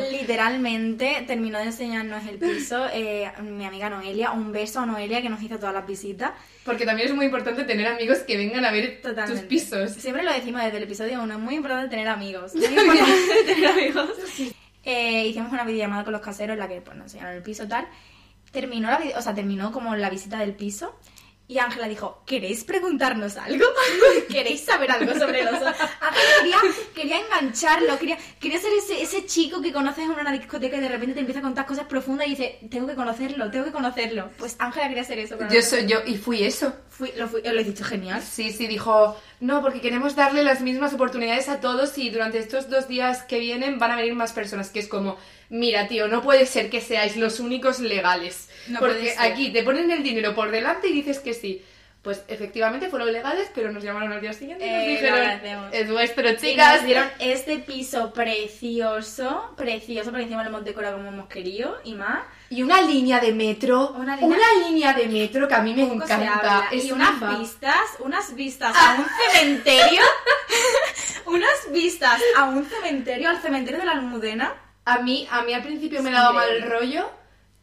S2: Literalmente terminó de enseñarnos el piso eh, mi amiga Noelia. Un beso a Noelia que nos hizo todas las visitas.
S1: Porque también es muy importante tener amigos que vengan a ver
S2: Totalmente.
S1: tus pisos.
S2: Siempre lo decimos desde el episodio 1, es muy importante tener amigos. Muy importante tener amigos. eh, hicimos una videollamada con los caseros en la que pues, nos enseñaron el piso y tal. Terminó, la, vi- o sea, terminó como la visita del piso y Ángela dijo, ¿queréis preguntarnos algo? ¿Queréis saber algo sobre los osos? Ángela quería, quería engancharlo, quería, quería ser ese, ese chico que conoces en una discoteca y de repente te empieza a contar cosas profundas y dice, tengo que conocerlo, tengo que conocerlo. Pues Ángela quería ser eso. pero
S1: Yo
S2: no-
S1: soy yo y fui eso.
S2: Fui- lo, fui- lo he dicho genial.
S1: Sí, sí, dijo, no, porque queremos darle las mismas oportunidades a todos y durante estos dos días que vienen van a venir más personas, que es como, mira, tío, no puede ser que seáis los únicos legales.
S2: No puede
S1: porque
S2: ser.
S1: aquí te ponen el dinero por delante y dices que sí. Pues efectivamente fueron legales, pero nos llamaron al día siguiente y nos
S2: Eh, lo
S1: dijeron,
S2: agradecemos.
S1: es vuestro,
S2: Y
S1: chicas.
S2: nos dieron este piso precioso, precioso, porque encima lo hemos decorado como hemos querido y más.
S1: Y una línea de metro,
S2: Una
S1: una línea,
S2: línea-
S1: de metro que a mí me
S2: Poco se
S1: encanta.
S2: habla.
S1: Es
S2: y unas
S1: una Ah.
S2: vistas, unas vistas a un cementerio, unas vistas a un cementerio, al cementerio de la Almudena.
S1: A mí, a mí al principio me
S2: Es
S1: daba mal
S2: increíble.
S1: rollo,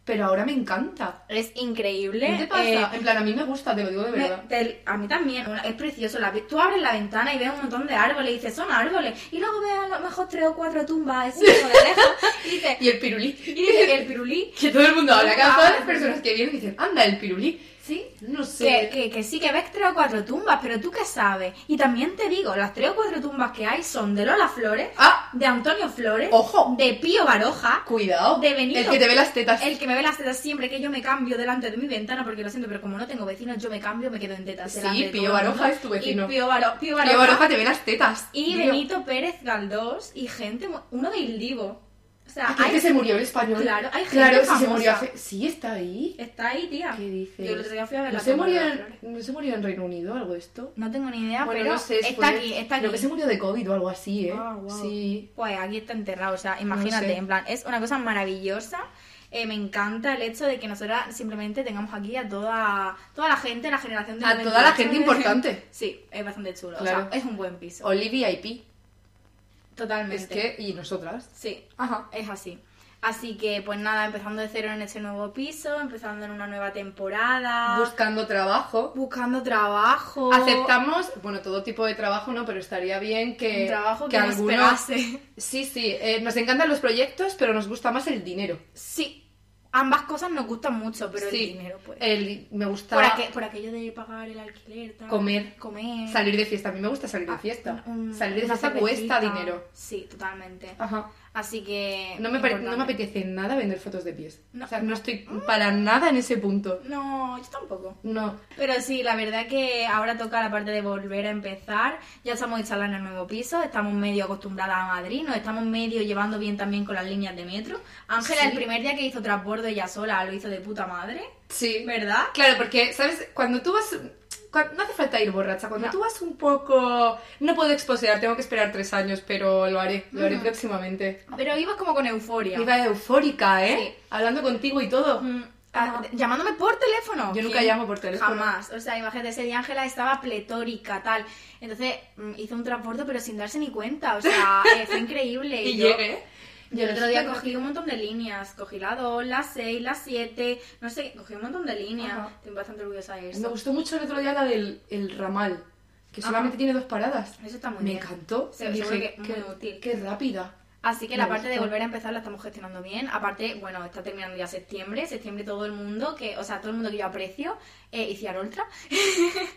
S1: pero ahora me encanta.
S2: Es increíble.
S1: ¿Qué te pasa?
S2: eh,
S1: en plan, a mí me gusta, te lo digo de
S2: Me-
S1: verdad.
S2: te- a mí también, una- es precioso. La, ve- tú abres la ventana y ves un montón de árboles y dices, son árboles. Y luego ves a lo mejor tres o cuatro tumbas así como de lejos y dices,
S1: Y el pirulí.
S2: y dices, el pirulí.
S1: Que todo el mundo habla, cada
S2: Ah.
S1: todas las personas que vienen dicen, anda, el pirulí.
S2: Sí.
S1: No
S2: Que,
S1: sé.
S2: que, que sí, que ves tres o cuatro tumbas, pero tú qué sabes. Y también te digo, las tres o cuatro tumbas que hay son de Lola Flores,
S1: Ah,
S2: de Antonio Flores,
S1: Ojo.
S2: de Pío Baroja,
S1: cuidado.
S2: De Benito.
S1: El que te ve las tetas.
S2: el que me ve las tetas siempre que yo me cambio delante de mi ventana, porque lo siento, pero como no tengo vecinos, yo me cambio, me quedo en tetas.
S1: Sí,
S2: delante de
S1: Pío
S2: todo el
S1: Baroja
S2: mundo.
S1: es tu vecino.
S2: Y Pío, Baro- Pío Baroja,
S1: Tío Baroja te ve las tetas.
S2: y
S1: Tío.
S2: Benito Pérez Galdós y gente, mu- uno de Ildivo. O sea,
S1: ¿Y quién
S2: hay-
S1: que se murió el español?
S2: Claro, hay gente
S1: Claro, sí se
S2: famosa.
S1: murió hace... Sí, está ahí.
S2: Está ahí, tía.
S1: ¿Qué dices?
S2: Yo el otro día fui a ver
S1: ¿No
S2: la
S1: se,
S2: tumba de
S1: murió
S2: Lola
S1: en...
S2: Flores.
S1: ¿No se murió en Reino Unido o algo de esto?
S2: No tengo ni idea,
S1: bueno,
S2: pero
S1: no sé.
S2: está
S1: fue-
S2: aquí, está aquí.
S1: Creo que se murió de COVID o algo así, ¿eh?
S2: Ah, guau.
S1: Sí.
S2: Pues aquí está enterrado, o sea, imagínate,
S1: No sé.
S2: en plan, es una cosa maravillosa. Eh, me encanta el hecho de que nosotras simplemente tengamos aquí a toda, toda la gente, la generación de
S1: A toda la gente
S2: 98.
S1: importante.
S2: Sí, es bastante chulo. O
S1: Claro.
S2: sea, es un buen piso.
S1: Olivia y Pi.
S2: Totalmente.
S1: Es que... Y nosotras.
S2: Sí,
S1: Ajá.
S2: es así. Así que, pues nada, empezando de cero en este nuevo piso, empezando en una nueva temporada,
S1: Buscando trabajo.
S2: buscando trabajo.
S1: Aceptamos, bueno, todo tipo de trabajo, ¿no? Pero estaría bien que,
S2: un trabajo que, nos
S1: algunos-
S2: pegase.
S1: Sí, sí, eh, nos encantan los proyectos, pero nos gusta más el dinero.
S2: Sí, ambas cosas nos gustan mucho, pero
S1: Sí,
S2: el dinero, pues.
S1: el- me gusta
S2: Por, aqu- por aquello de pagar el alquiler, tal,
S1: Comer.
S2: comer.
S1: salir de fiesta. A mí me gusta salir
S2: Ah,
S1: de fiesta.
S2: un- un-
S1: salir de
S2: una
S1: fiesta cuesta
S2: cervecita.
S1: dinero.
S2: Sí, totalmente.
S1: Ajá.
S2: Así que.
S1: No me, pare- no me
S2: importante.
S1: apetece nada vender fotos de pies.
S2: No. Mm.
S1: O sea, no estoy para nada en ese punto.
S2: No, yo tampoco.
S1: No.
S2: Pero sí, la verdad que ahora toca la parte de volver a empezar. Ya estamos instaladas en el nuevo piso, estamos medio acostumbradas a Madrid, nos estamos medio llevando bien también con las líneas de metro. Ángela,
S1: Sí.
S2: el primer día que hizo transbordo ella sola, lo hizo de puta madre,
S1: Sí.
S2: ¿verdad?
S1: Claro, porque, ¿sabes? Cuando tú vas... cua- no hace falta ir borracha. Cuando
S2: No.
S1: tú vas un poco... No puedo exposear, tengo que esperar tres años, pero lo haré. Lo haré
S2: Ujú.
S1: próximamente.
S2: Pero ibas como con euforia.
S1: Ah. Iba eufórica, ¿eh?
S2: Sí.
S1: Hablando contigo y todo.
S2: Mm, ah,
S1: No.
S2: Llamándome por teléfono.
S1: Yo nunca
S2: ¿Quién?
S1: llamo por teléfono.
S2: Jamás. O sea, imagínate, ese día Ángela estaba pletórica, tal. Entonces mm, hizo un transbordo, pero sin darse ni cuenta. O sea, eh, fue increíble.
S1: Y ¿eh?
S2: yo-
S1: llegué.
S2: Yo el otro día cogí un montón de líneas, cogí la 2, la 6, la 7, no sé, cogí un montón de líneas.
S1: Ajá.
S2: Estoy bastante orgullosa de
S1: Me
S2: eso.
S1: gustó mucho el otro día la del el ramal, que
S2: Ajá.
S1: solamente tiene dos paradas.
S2: Eso está muy
S1: Me
S2: bien.
S1: encantó.
S2: Se-
S1: Dije,
S2: seguro que muy
S1: qué-
S2: útil.
S1: Qué rápida.
S2: Así que
S1: Me
S2: la parte de
S1: gusta.
S2: volver a empezar la estamos gestionando bien. Aparte, bueno, está terminando ya septiembre, septiembre todo el mundo, que, o sea, todo el mundo que yo aprecio, eh, y Ciar Ultra,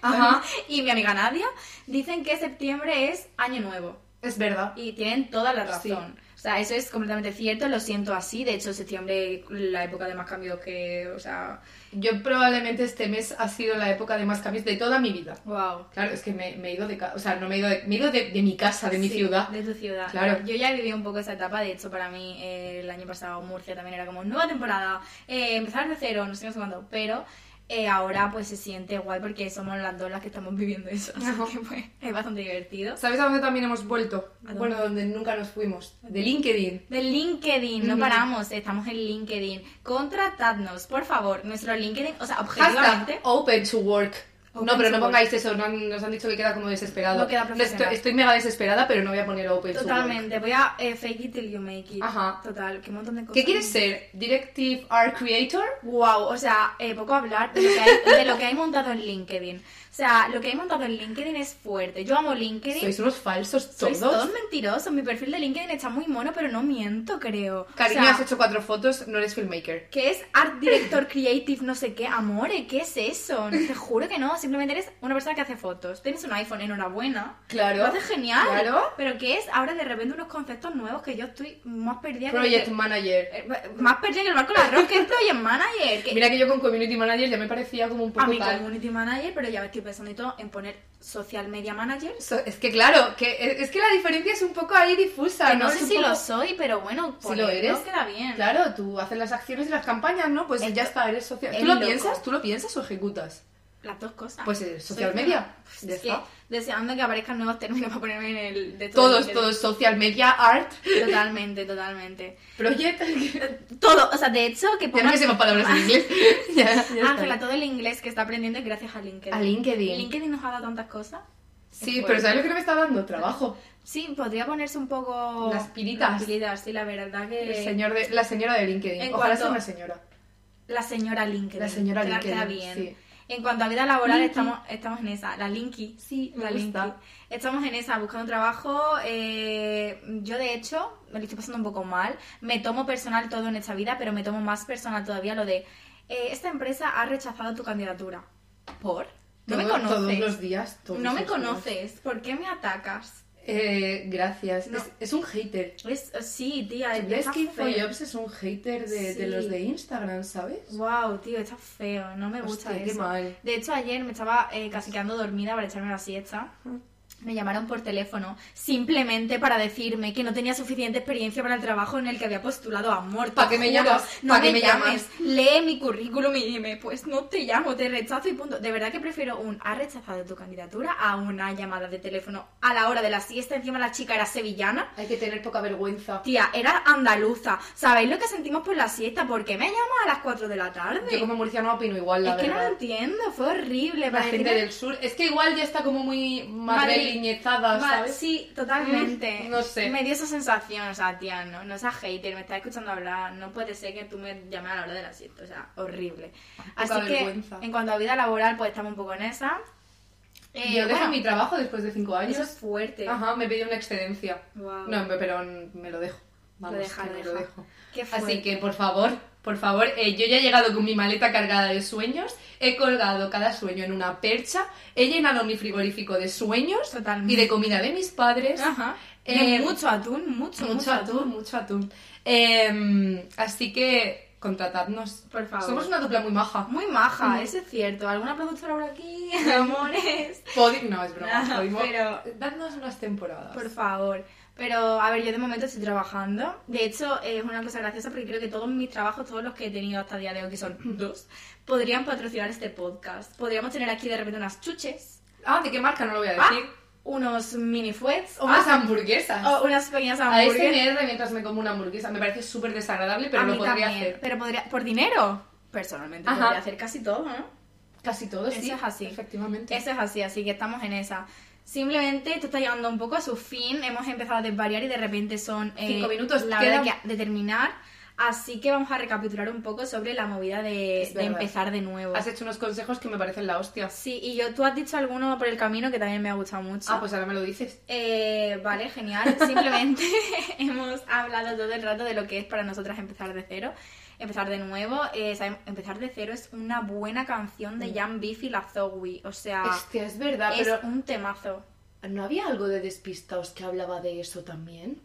S1: Ajá.
S2: y mi amiga Nadia, dicen que septiembre es año nuevo.
S1: Es verdad.
S2: Y tienen toda la razón.
S1: Sí.
S2: O sea, eso es completamente cierto, lo siento así. De hecho, septiembre la época de más cambios que, o sea,
S1: Yo probablemente este mes ha sido la época de más cambios de toda mi vida.
S2: wow.
S1: Claro, es que me, me he ido de casa, o sea, no me he ido de, me he ido de, de mi casa, de mi
S2: Sí,
S1: ciudad.
S2: De tu ciudad.
S1: Claro.
S2: Yo ya he vivido un poco esa etapa, de hecho, para mí eh, el año pasado Murcia también era como nueva temporada, eh, empezar de cero, no sé, no sé cuándo, pero eh, ahora pues se siente guay porque somos las dos las que estamos viviendo eso, así
S1: Ajá.
S2: que pues es bastante divertido.
S1: ¿Sabes a dónde también hemos vuelto?
S2: ¿A dónde?
S1: Bueno, donde nunca nos fuimos. De LinkedIn.
S2: De LinkedIn, no
S1: Ujú.
S2: paramos, estamos en LinkedIn. Contratadnos, por favor, nuestro LinkedIn, o sea, objetivamente...
S1: Hashtag open to work.
S2: Open
S1: no, pero no
S2: to work.
S1: pongáis eso, no han- nos han dicho que queda como desesperado.
S2: No queda
S1: estoy-
S2: profesional.
S1: estoy, mega desesperada, pero no voy a poner open to work.
S2: Totalmente, voy a eh, fake it till you make it.
S1: Ajá.
S2: Total, qué montón de cosas.
S1: ¿Qué quieres ser? ¿Directive Art Creator?
S2: Wow, o sea, eh, poco hablar de lo, que hay, de lo que hay montado en LinkedIn. O sea, lo que hay montado en LinkedIn es fuerte. Yo amo LinkedIn.
S1: Sois unos falsos
S2: Sois
S1: todos.
S2: todos mentirosos. Mi perfil de LinkedIn está muy mono, pero no miento, creo. O
S1: Cariño,
S2: sea,
S1: has hecho cuatro fotos, no eres filmmaker.
S2: que es art director creative, no sé qué, amore, ¿qué es eso? No, te juro que no, simplemente eres una persona que hace fotos. Tienes un iPhone, enhorabuena.
S1: Claro.
S2: Lo haces genial.
S1: Claro.
S2: Pero que es ahora de repente unos conceptos nuevos que yo estoy más perdida
S1: Project
S2: que...
S1: manager.
S2: Eh, Más perdida que el barco de arroz que el project manager. que-
S1: Mira que yo con community manager ya me parecía como un poco
S2: a mi
S1: tal.
S2: community manager, pero ya estoy pensando y todo en poner social media manager.
S1: So- es que claro, que e, es es que la diferencia es un poco ahí difusa,
S2: Que
S1: ¿no?
S2: no
S1: Es
S2: sé
S1: un
S2: si
S1: poco-
S2: lo soy, pero bueno,
S1: Si lo
S2: ponerlo
S1: eres,
S2: queda bien.
S1: Claro, tú haces las acciones y las campañas, ¿no? Pues
S2: Esto-
S1: ya está, eres social.
S2: eres
S1: ¿Tú lo
S2: loco.
S1: piensas? ¿Tú lo piensas o ejecutas?
S2: Las dos cosas.
S1: Pues, eh, social
S2: Soy-
S1: media,
S2: Pues,
S1: ya
S2: es que
S1: está.
S2: deseando que aparezcan nuevos términos para ponerme en el... De todo el
S1: Todos,
S2: LinkedIn.
S1: todos, social media, art,
S2: Totalmente, totalmente.
S1: project.
S2: Todo, o sea, de hecho, que
S1: Ya no
S2: pongan...
S1: me sé más palabras en inglés. Ya,
S2: Ah,
S1: ya está.
S2: Ángela, todo el inglés que está aprendiendo es gracias a LinkedIn.
S1: A LinkedIn.
S2: LinkedIn Pues nos ha dado tantas cosas.
S1: Sí, pero ¿sabes lo que no me está dando? Trabajo.
S2: Sí, podría ponerse un poco...
S1: Las piritas.
S2: Las piritas, sí, la verdad que...
S1: El señor de, la señora de LinkedIn.
S2: Eh, En
S1: Ojalá
S2: cuanto-
S1: sea una señora.
S2: La señora LinkedIn.
S1: La señora
S2: Queda- queda
S1: LinkedIn,
S2: bien.
S1: sí.
S2: En cuanto a vida laboral,
S1: Linky.
S2: estamos, estamos en esa. La Linky.
S1: Sí, me
S2: la
S1: gusta.
S2: Linky. Estamos en esa, buscando trabajo. eh, yo, de hecho, me lo estoy pasando un poco mal. Me tomo personal todo en esta vida, pero me tomo más personal todavía lo de... eh, esta empresa ha rechazado tu candidatura. ¿Por? No me
S1: Todo-
S2: conoces.
S1: Todos los días. todos
S2: no me
S1: los días.
S2: conoces. ¿Por qué me atacas?
S1: Eh, gracias.
S2: No.
S1: Es, es un hater.
S2: Es, sí, tía, es
S1: ¿Ves
S2: está
S1: que
S2: feo.
S1: InfoJobs es un hater de, de
S2: Sí.
S1: los de Instagram, sabes?
S2: Wow, tío, está feo, no me gusta
S1: Hostia, qué
S2: eso.
S1: mal.
S2: De hecho, ayer me estaba eh, casi quedando dormida para echarme la siesta. Me llamaron por teléfono simplemente para decirme que no tenía suficiente experiencia para el trabajo en el que había postulado a muerte.
S1: ¿Pa' qué me llamas?
S2: No
S1: ¿Pa'
S2: me
S1: qué me llamas?
S2: llames. Lee mi currículum y dime, pues no te llamo, te rechazo y punto. De verdad que prefiero un ha rechazado tu candidatura a una llamada de teléfono a la hora de la siesta. Encima la chica era sevillana.
S1: Hay que tener poca vergüenza.
S2: Tía, era andaluza. ¿Sabéis lo que sentimos por la siesta? ¿Por qué me llamas a las 4 de la tarde?
S1: Yo como murciano opino igual, la
S2: es que no lo
S1: verdad.
S2: entiendo, fue horrible.
S1: la
S2: para
S1: gente
S2: decirme-
S1: del sur. Es que igual ya está como muy madrileñezada,
S2: Va-
S1: ¿sabes?
S2: Sí, totalmente.
S1: Mm, no sé.
S2: Me dio esa sensación, o sea, tía, no, no seas hater, me estás escuchando hablar, no puede ser que tú me llames a la hora de la siesta, o sea, horrible. Así que,
S1: vergüenza.
S2: en cuanto a vida laboral, pues estamos un poco en esa. Eh,
S1: Yo dejo
S2: bueno,
S1: mi trabajo después de cinco años.
S2: Eso es fuerte.
S1: Ajá, me pedí una excedencia.
S2: Guau.
S1: No, me- pero me lo dejo. Vamos,
S2: Lo deja,
S1: que
S2: lo
S1: me
S2: deja. Qué fuerte.
S1: Así que, por favor, por favor, eh, yo ya he llegado con mi maleta cargada de sueños, he colgado cada sueño en una percha, he llenado mi frigorífico de sueños
S2: Totalmente.
S1: y de comida de mis padres.
S2: Ajá.
S1: Eh,
S2: Y mucho atún, mucho,
S1: Mucho, atún, mucho atún. Eh, así que, contratadnos.
S2: Por favor.
S1: Somos una Mm. dupla muy maja.
S2: Muy maja, eso es cierto. ¿Alguna productora por aquí? Amores.
S1: Podi- no, es broma.
S2: No,
S1: Podimo-
S2: pero-
S1: Dadnos unas temporadas.
S2: Por favor. Pero, a ver, yo de momento estoy trabajando. De hecho, es una cosa graciosa porque creo que todos mis trabajos, todos los que he tenido hasta el día de hoy, que son dos, podrían patrocinar este podcast. Podríamos tener aquí de repente unas chuches,
S1: Ah, ¿de qué marca? No lo voy a
S2: ah,
S1: decir. Ah,
S2: unos mini fuets, o,
S1: Unas
S2: unas-
S1: hamburguesas.
S2: o unas pequeñas
S1: A
S2: hamburguesas.
S1: SMR mientras me como una hamburguesa. Me parece súper desagradable, pero
S2: A
S1: lo
S2: mí
S1: podría
S2: también.
S1: hacer.
S2: Pero podría, por dinero, personalmente,
S1: Ajá.
S2: podría hacer casi todo, ¿no?
S1: Casi todo, sí.
S2: Eso es así.
S1: Efectivamente.
S2: Eso es así, así que estamos en esa. Simplemente esto está llegando un poco a su fin. Hemos empezado a desvariar y de repente son eh,
S1: Cinco minutos,
S2: la
S1: quedan.
S2: hora que- de terminar. Así que vamos a recapitular un poco sobre la movida de,
S1: Es
S2: de
S1: verdad.
S2: empezar de nuevo.
S1: Has hecho unos consejos que me parecen la hostia.
S2: Sí, y yo, tú has dicho alguno por el camino que también me ha gustado mucho.
S1: Ah, pues ahora me lo dices.
S2: Eh, vale, genial. Simplemente hemos hablado todo el rato de lo que es para nosotras empezar de cero, empezar de nuevo. Eh, sabe- empezar de cero es una buena canción de Jan Biff y la Zoe. O sea,
S1: Hostia, Mm. es verdad,
S2: Ah. es un temazo.
S1: ¿No había algo de despistaos que hablaba de eso también?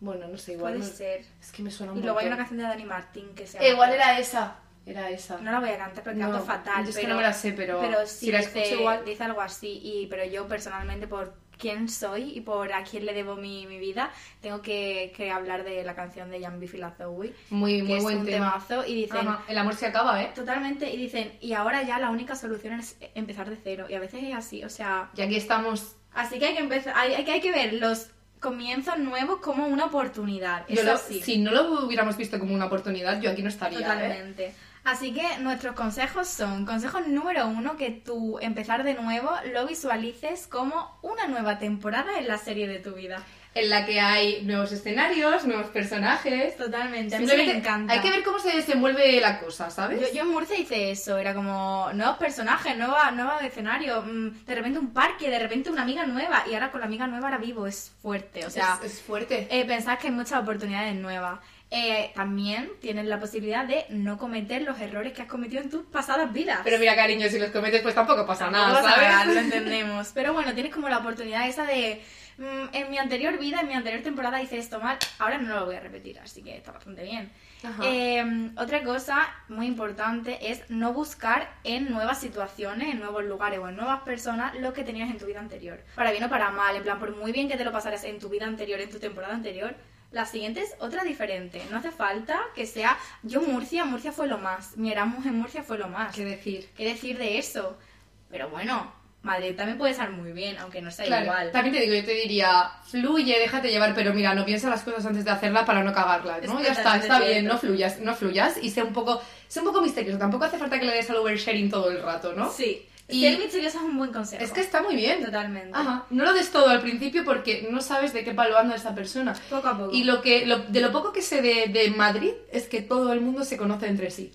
S1: Bueno, no sé, igual.
S2: Puede
S1: no-
S2: ser.
S1: Es que me suena
S2: Y
S1: un
S2: luego hay una
S1: montón.
S2: canción de Dani Martín que se
S1: Eh, Igual era esa. Era esa.
S2: No la voy a cantar porque canto
S1: No,
S2: fatal.
S1: yo es que
S2: pero,
S1: no me la sé, pero
S2: sí
S1: si la
S2: dice,
S1: escucho igual-
S2: dice algo así. Y, pero yo personalmente, por quién soy y por a quién le debo mi, mi vida, tengo que, que hablar de la canción de Jan Biff y la Zoe,
S1: Muy,
S2: que
S1: muy
S2: es
S1: buen
S2: un
S1: tema.
S2: temazo. Y dicen,
S1: Ajá, El amor se acaba, ¿eh?
S2: totalmente, y dicen, y ahora ya la única solución es empezar de cero. Y a veces es así, o sea,
S1: Y aquí estamos.
S2: así que hay que empezar, hay, hay que, hay que ver los comienzos nuevos como una oportunidad.
S1: Yo
S2: Es
S1: lo-
S2: así.
S1: si no lo hubiéramos visto como una oportunidad, yo aquí no estaría. ¿eh?
S2: Totalmente. Así que nuestros consejos son, consejo número uno, que tú empezar de nuevo lo visualices como una nueva temporada en la serie de tu vida.
S1: en la que hay nuevos escenarios, nuevos personajes.
S2: Totalmente, a mí eso me
S1: Simplemente
S2: encanta.
S1: hay que ver cómo se desenvuelve la cosa, ¿sabes?
S2: Yo, yo en Murcia hice eso, era como nuevos personajes, nueva, nuevo escenario, mm, de repente un parque, de repente una amiga nueva, y ahora con la amiga nueva ahora vivo, es fuerte, o sea,
S1: es, es fuerte.
S2: eh, pensad que hay muchas oportunidades nuevas. Eh, también tienes la posibilidad de no cometer los errores que has cometido en tus pasadas vidas.
S1: Pero mira, cariño, si los cometes, pues tampoco pasa nada,
S2: Vamos a
S1: ¿sabes?
S2: hablar, lo entendemos. Pero bueno, tienes como la oportunidad esa de. mm, en mi anterior vida, en mi anterior temporada hice esto mal, ahora no lo voy a repetir, así que está bastante bien.
S1: Ajá.
S2: Eh, otra cosa muy importante es no buscar en nuevas situaciones, en nuevos lugares o en nuevas personas lo que tenías en tu vida anterior. Para bien o para mal, en plan, por muy bien que te lo pasaras en tu vida anterior, en tu temporada anterior, la siguiente es otra diferente. No hace falta que sea yo Murcia, Murcia fue lo más, mi Erasmus en Murcia fue lo más.
S1: ¿Qué decir?
S2: ¿Qué decir de eso? Pero bueno, Madrid también puede estar muy bien, aunque no sea
S1: Claro,
S2: igual.
S1: también te digo, yo te diría, fluye, déjate llevar, pero mira, no piensa las cosas antes de hacerlas para no cagarlas, ¿no?
S2: Es
S1: ya está,
S2: totalmente
S1: está bien,
S2: cierto.
S1: no fluyas, no fluyas y sé un poco, sé un poco misterioso, tampoco hace falta que le des al oversharing todo el rato, ¿no?
S2: Sí.
S1: Y-
S2: Ser misteriosa es un buen consejo.
S1: Es que está muy bien.
S2: Totalmente.
S1: Ajá. No lo des todo al principio porque no sabes de qué palo anda esa persona.
S2: Poco a poco.
S1: Y lo que, lo- de lo poco que sé de, de Madrid es que todo el mundo se conoce entre sí.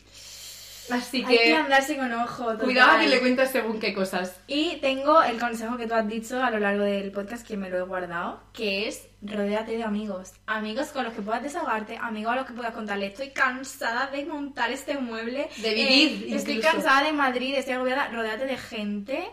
S1: Así
S2: Hay que
S1: que
S2: andarse con ojo. total.
S1: cuidado que le cuentas según qué cosas.
S2: Y tengo el consejo que tú has dicho a lo largo del podcast que me lo he guardado, que es rodéate de amigos. Amigos con los que puedas desahogarte, amigos a los que puedas contarle. Estoy cansada de montar este mueble. eh,
S1: De vivir,
S2: estoy
S1: incluso.
S2: cansada de Madrid, estoy agobiada. Rodéate de gente.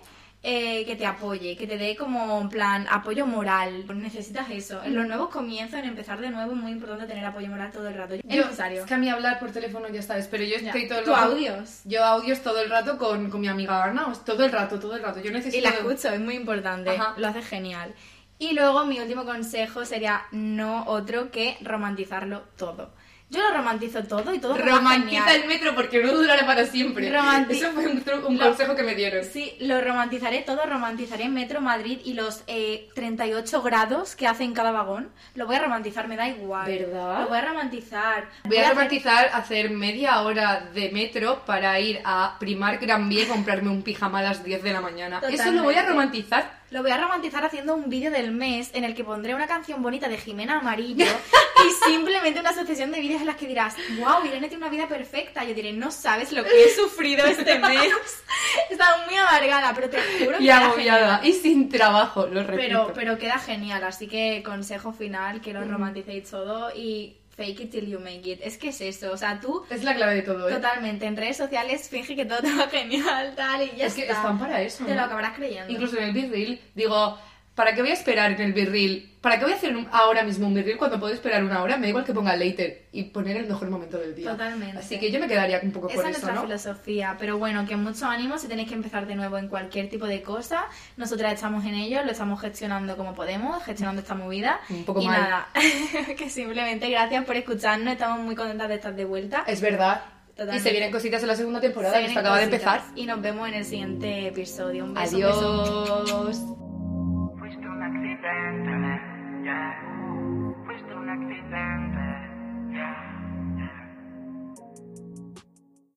S2: eh, que te apoye, que te dé como en plan apoyo moral. Necesitas eso.
S1: Mm.
S2: En los nuevos comienzos, en empezar de nuevo, es muy importante tener apoyo moral todo el rato. Es
S1: Yo-
S2: necesario.
S1: Es que a mí hablar por teléfono ya sabes, pero yo
S2: Ya.
S1: estoy todo el
S2: Tú
S1: rato-
S2: audios.
S1: Yo audios todo el rato con, con mi amiga Arna, todo el rato, todo el rato. Yo necesito.
S2: Y la escucho, es muy importante.
S1: Ajá.
S2: Lo hace genial. Y luego mi último consejo sería no otro que romantizarlo todo. Yo lo romantizo todo y todo me va
S1: Romantiza
S2: genial.
S1: el metro porque no durará para siempre.
S2: Romanti-
S1: Eso fue un, tru- un
S2: Lo-
S1: consejo que me dieron.
S2: Sí, lo romantizaré todo, romantizaré Metro Madrid y los eh, 38 grados que hace en cada vagón. Lo voy a romantizar, me da igual.
S1: ¿Verdad?
S2: Lo voy a romantizar.
S1: Voy a
S2: hacer-
S1: romantizar hacer media hora de metro para ir a Primar Gran Vía y comprarme un pijama a las 10 de la mañana. Eso lo voy a
S2: Totalmente.
S1: romantizar.
S2: Lo voy a romantizar haciendo un vídeo del mes en el que pondré una canción bonita de Jimena Amarillo y simplemente una sucesión de vídeos en las que dirás, wow, Irene tiene una vida perfecta. Yo diré, no sabes lo que he sufrido este mes. Estaba muy amargada, pero te juro que
S1: Y
S2: queda
S1: agobiada.
S2: genial.
S1: Y sin trabajo, lo repito.
S2: Pero, pero queda genial, así que consejo final, que lo romanticéis todo y fake it till you make it. Es que es eso, o sea, tú
S1: Es la clave de todo, ¿eh?
S2: totalmente en redes sociales finge que todo te va genial, tal, y ya
S1: es que
S2: está.
S1: están para eso.
S2: Te lo
S1: ¿no?
S2: acabarás creyendo.
S1: Incluso en el birril, digo, ¿para qué voy a esperar en el birril? ¿Para qué voy a hacer un- ahora mismo un birril cuando puedo esperar una hora? Me da igual que ponga later y poner el mejor momento del día.
S2: Totalmente.
S1: Así que yo me quedaría un poco
S2: Esa
S1: Pues por
S2: es
S1: eso,
S2: nuestra
S1: ¿no?
S2: filosofía, pero bueno, que mucho ánimo si tenéis que empezar de nuevo en cualquier tipo de cosa. Nosotras estamos en ello, lo estamos gestionando como podemos, gestionando esta movida.
S1: Un poco
S2: y
S1: mal.
S2: nada, que simplemente gracias por escucharnos, estamos muy contentas de estar de vuelta.
S1: Es verdad. Y
S2: Totalmente.
S1: se vienen cositas en la segunda
S2: Se
S1: temporada que
S2: vienen
S1: se acaba de
S2: cositas
S1: empezar.
S2: Y nos vemos en el siguiente episodio. Un beso, un beso.
S1: Adiós.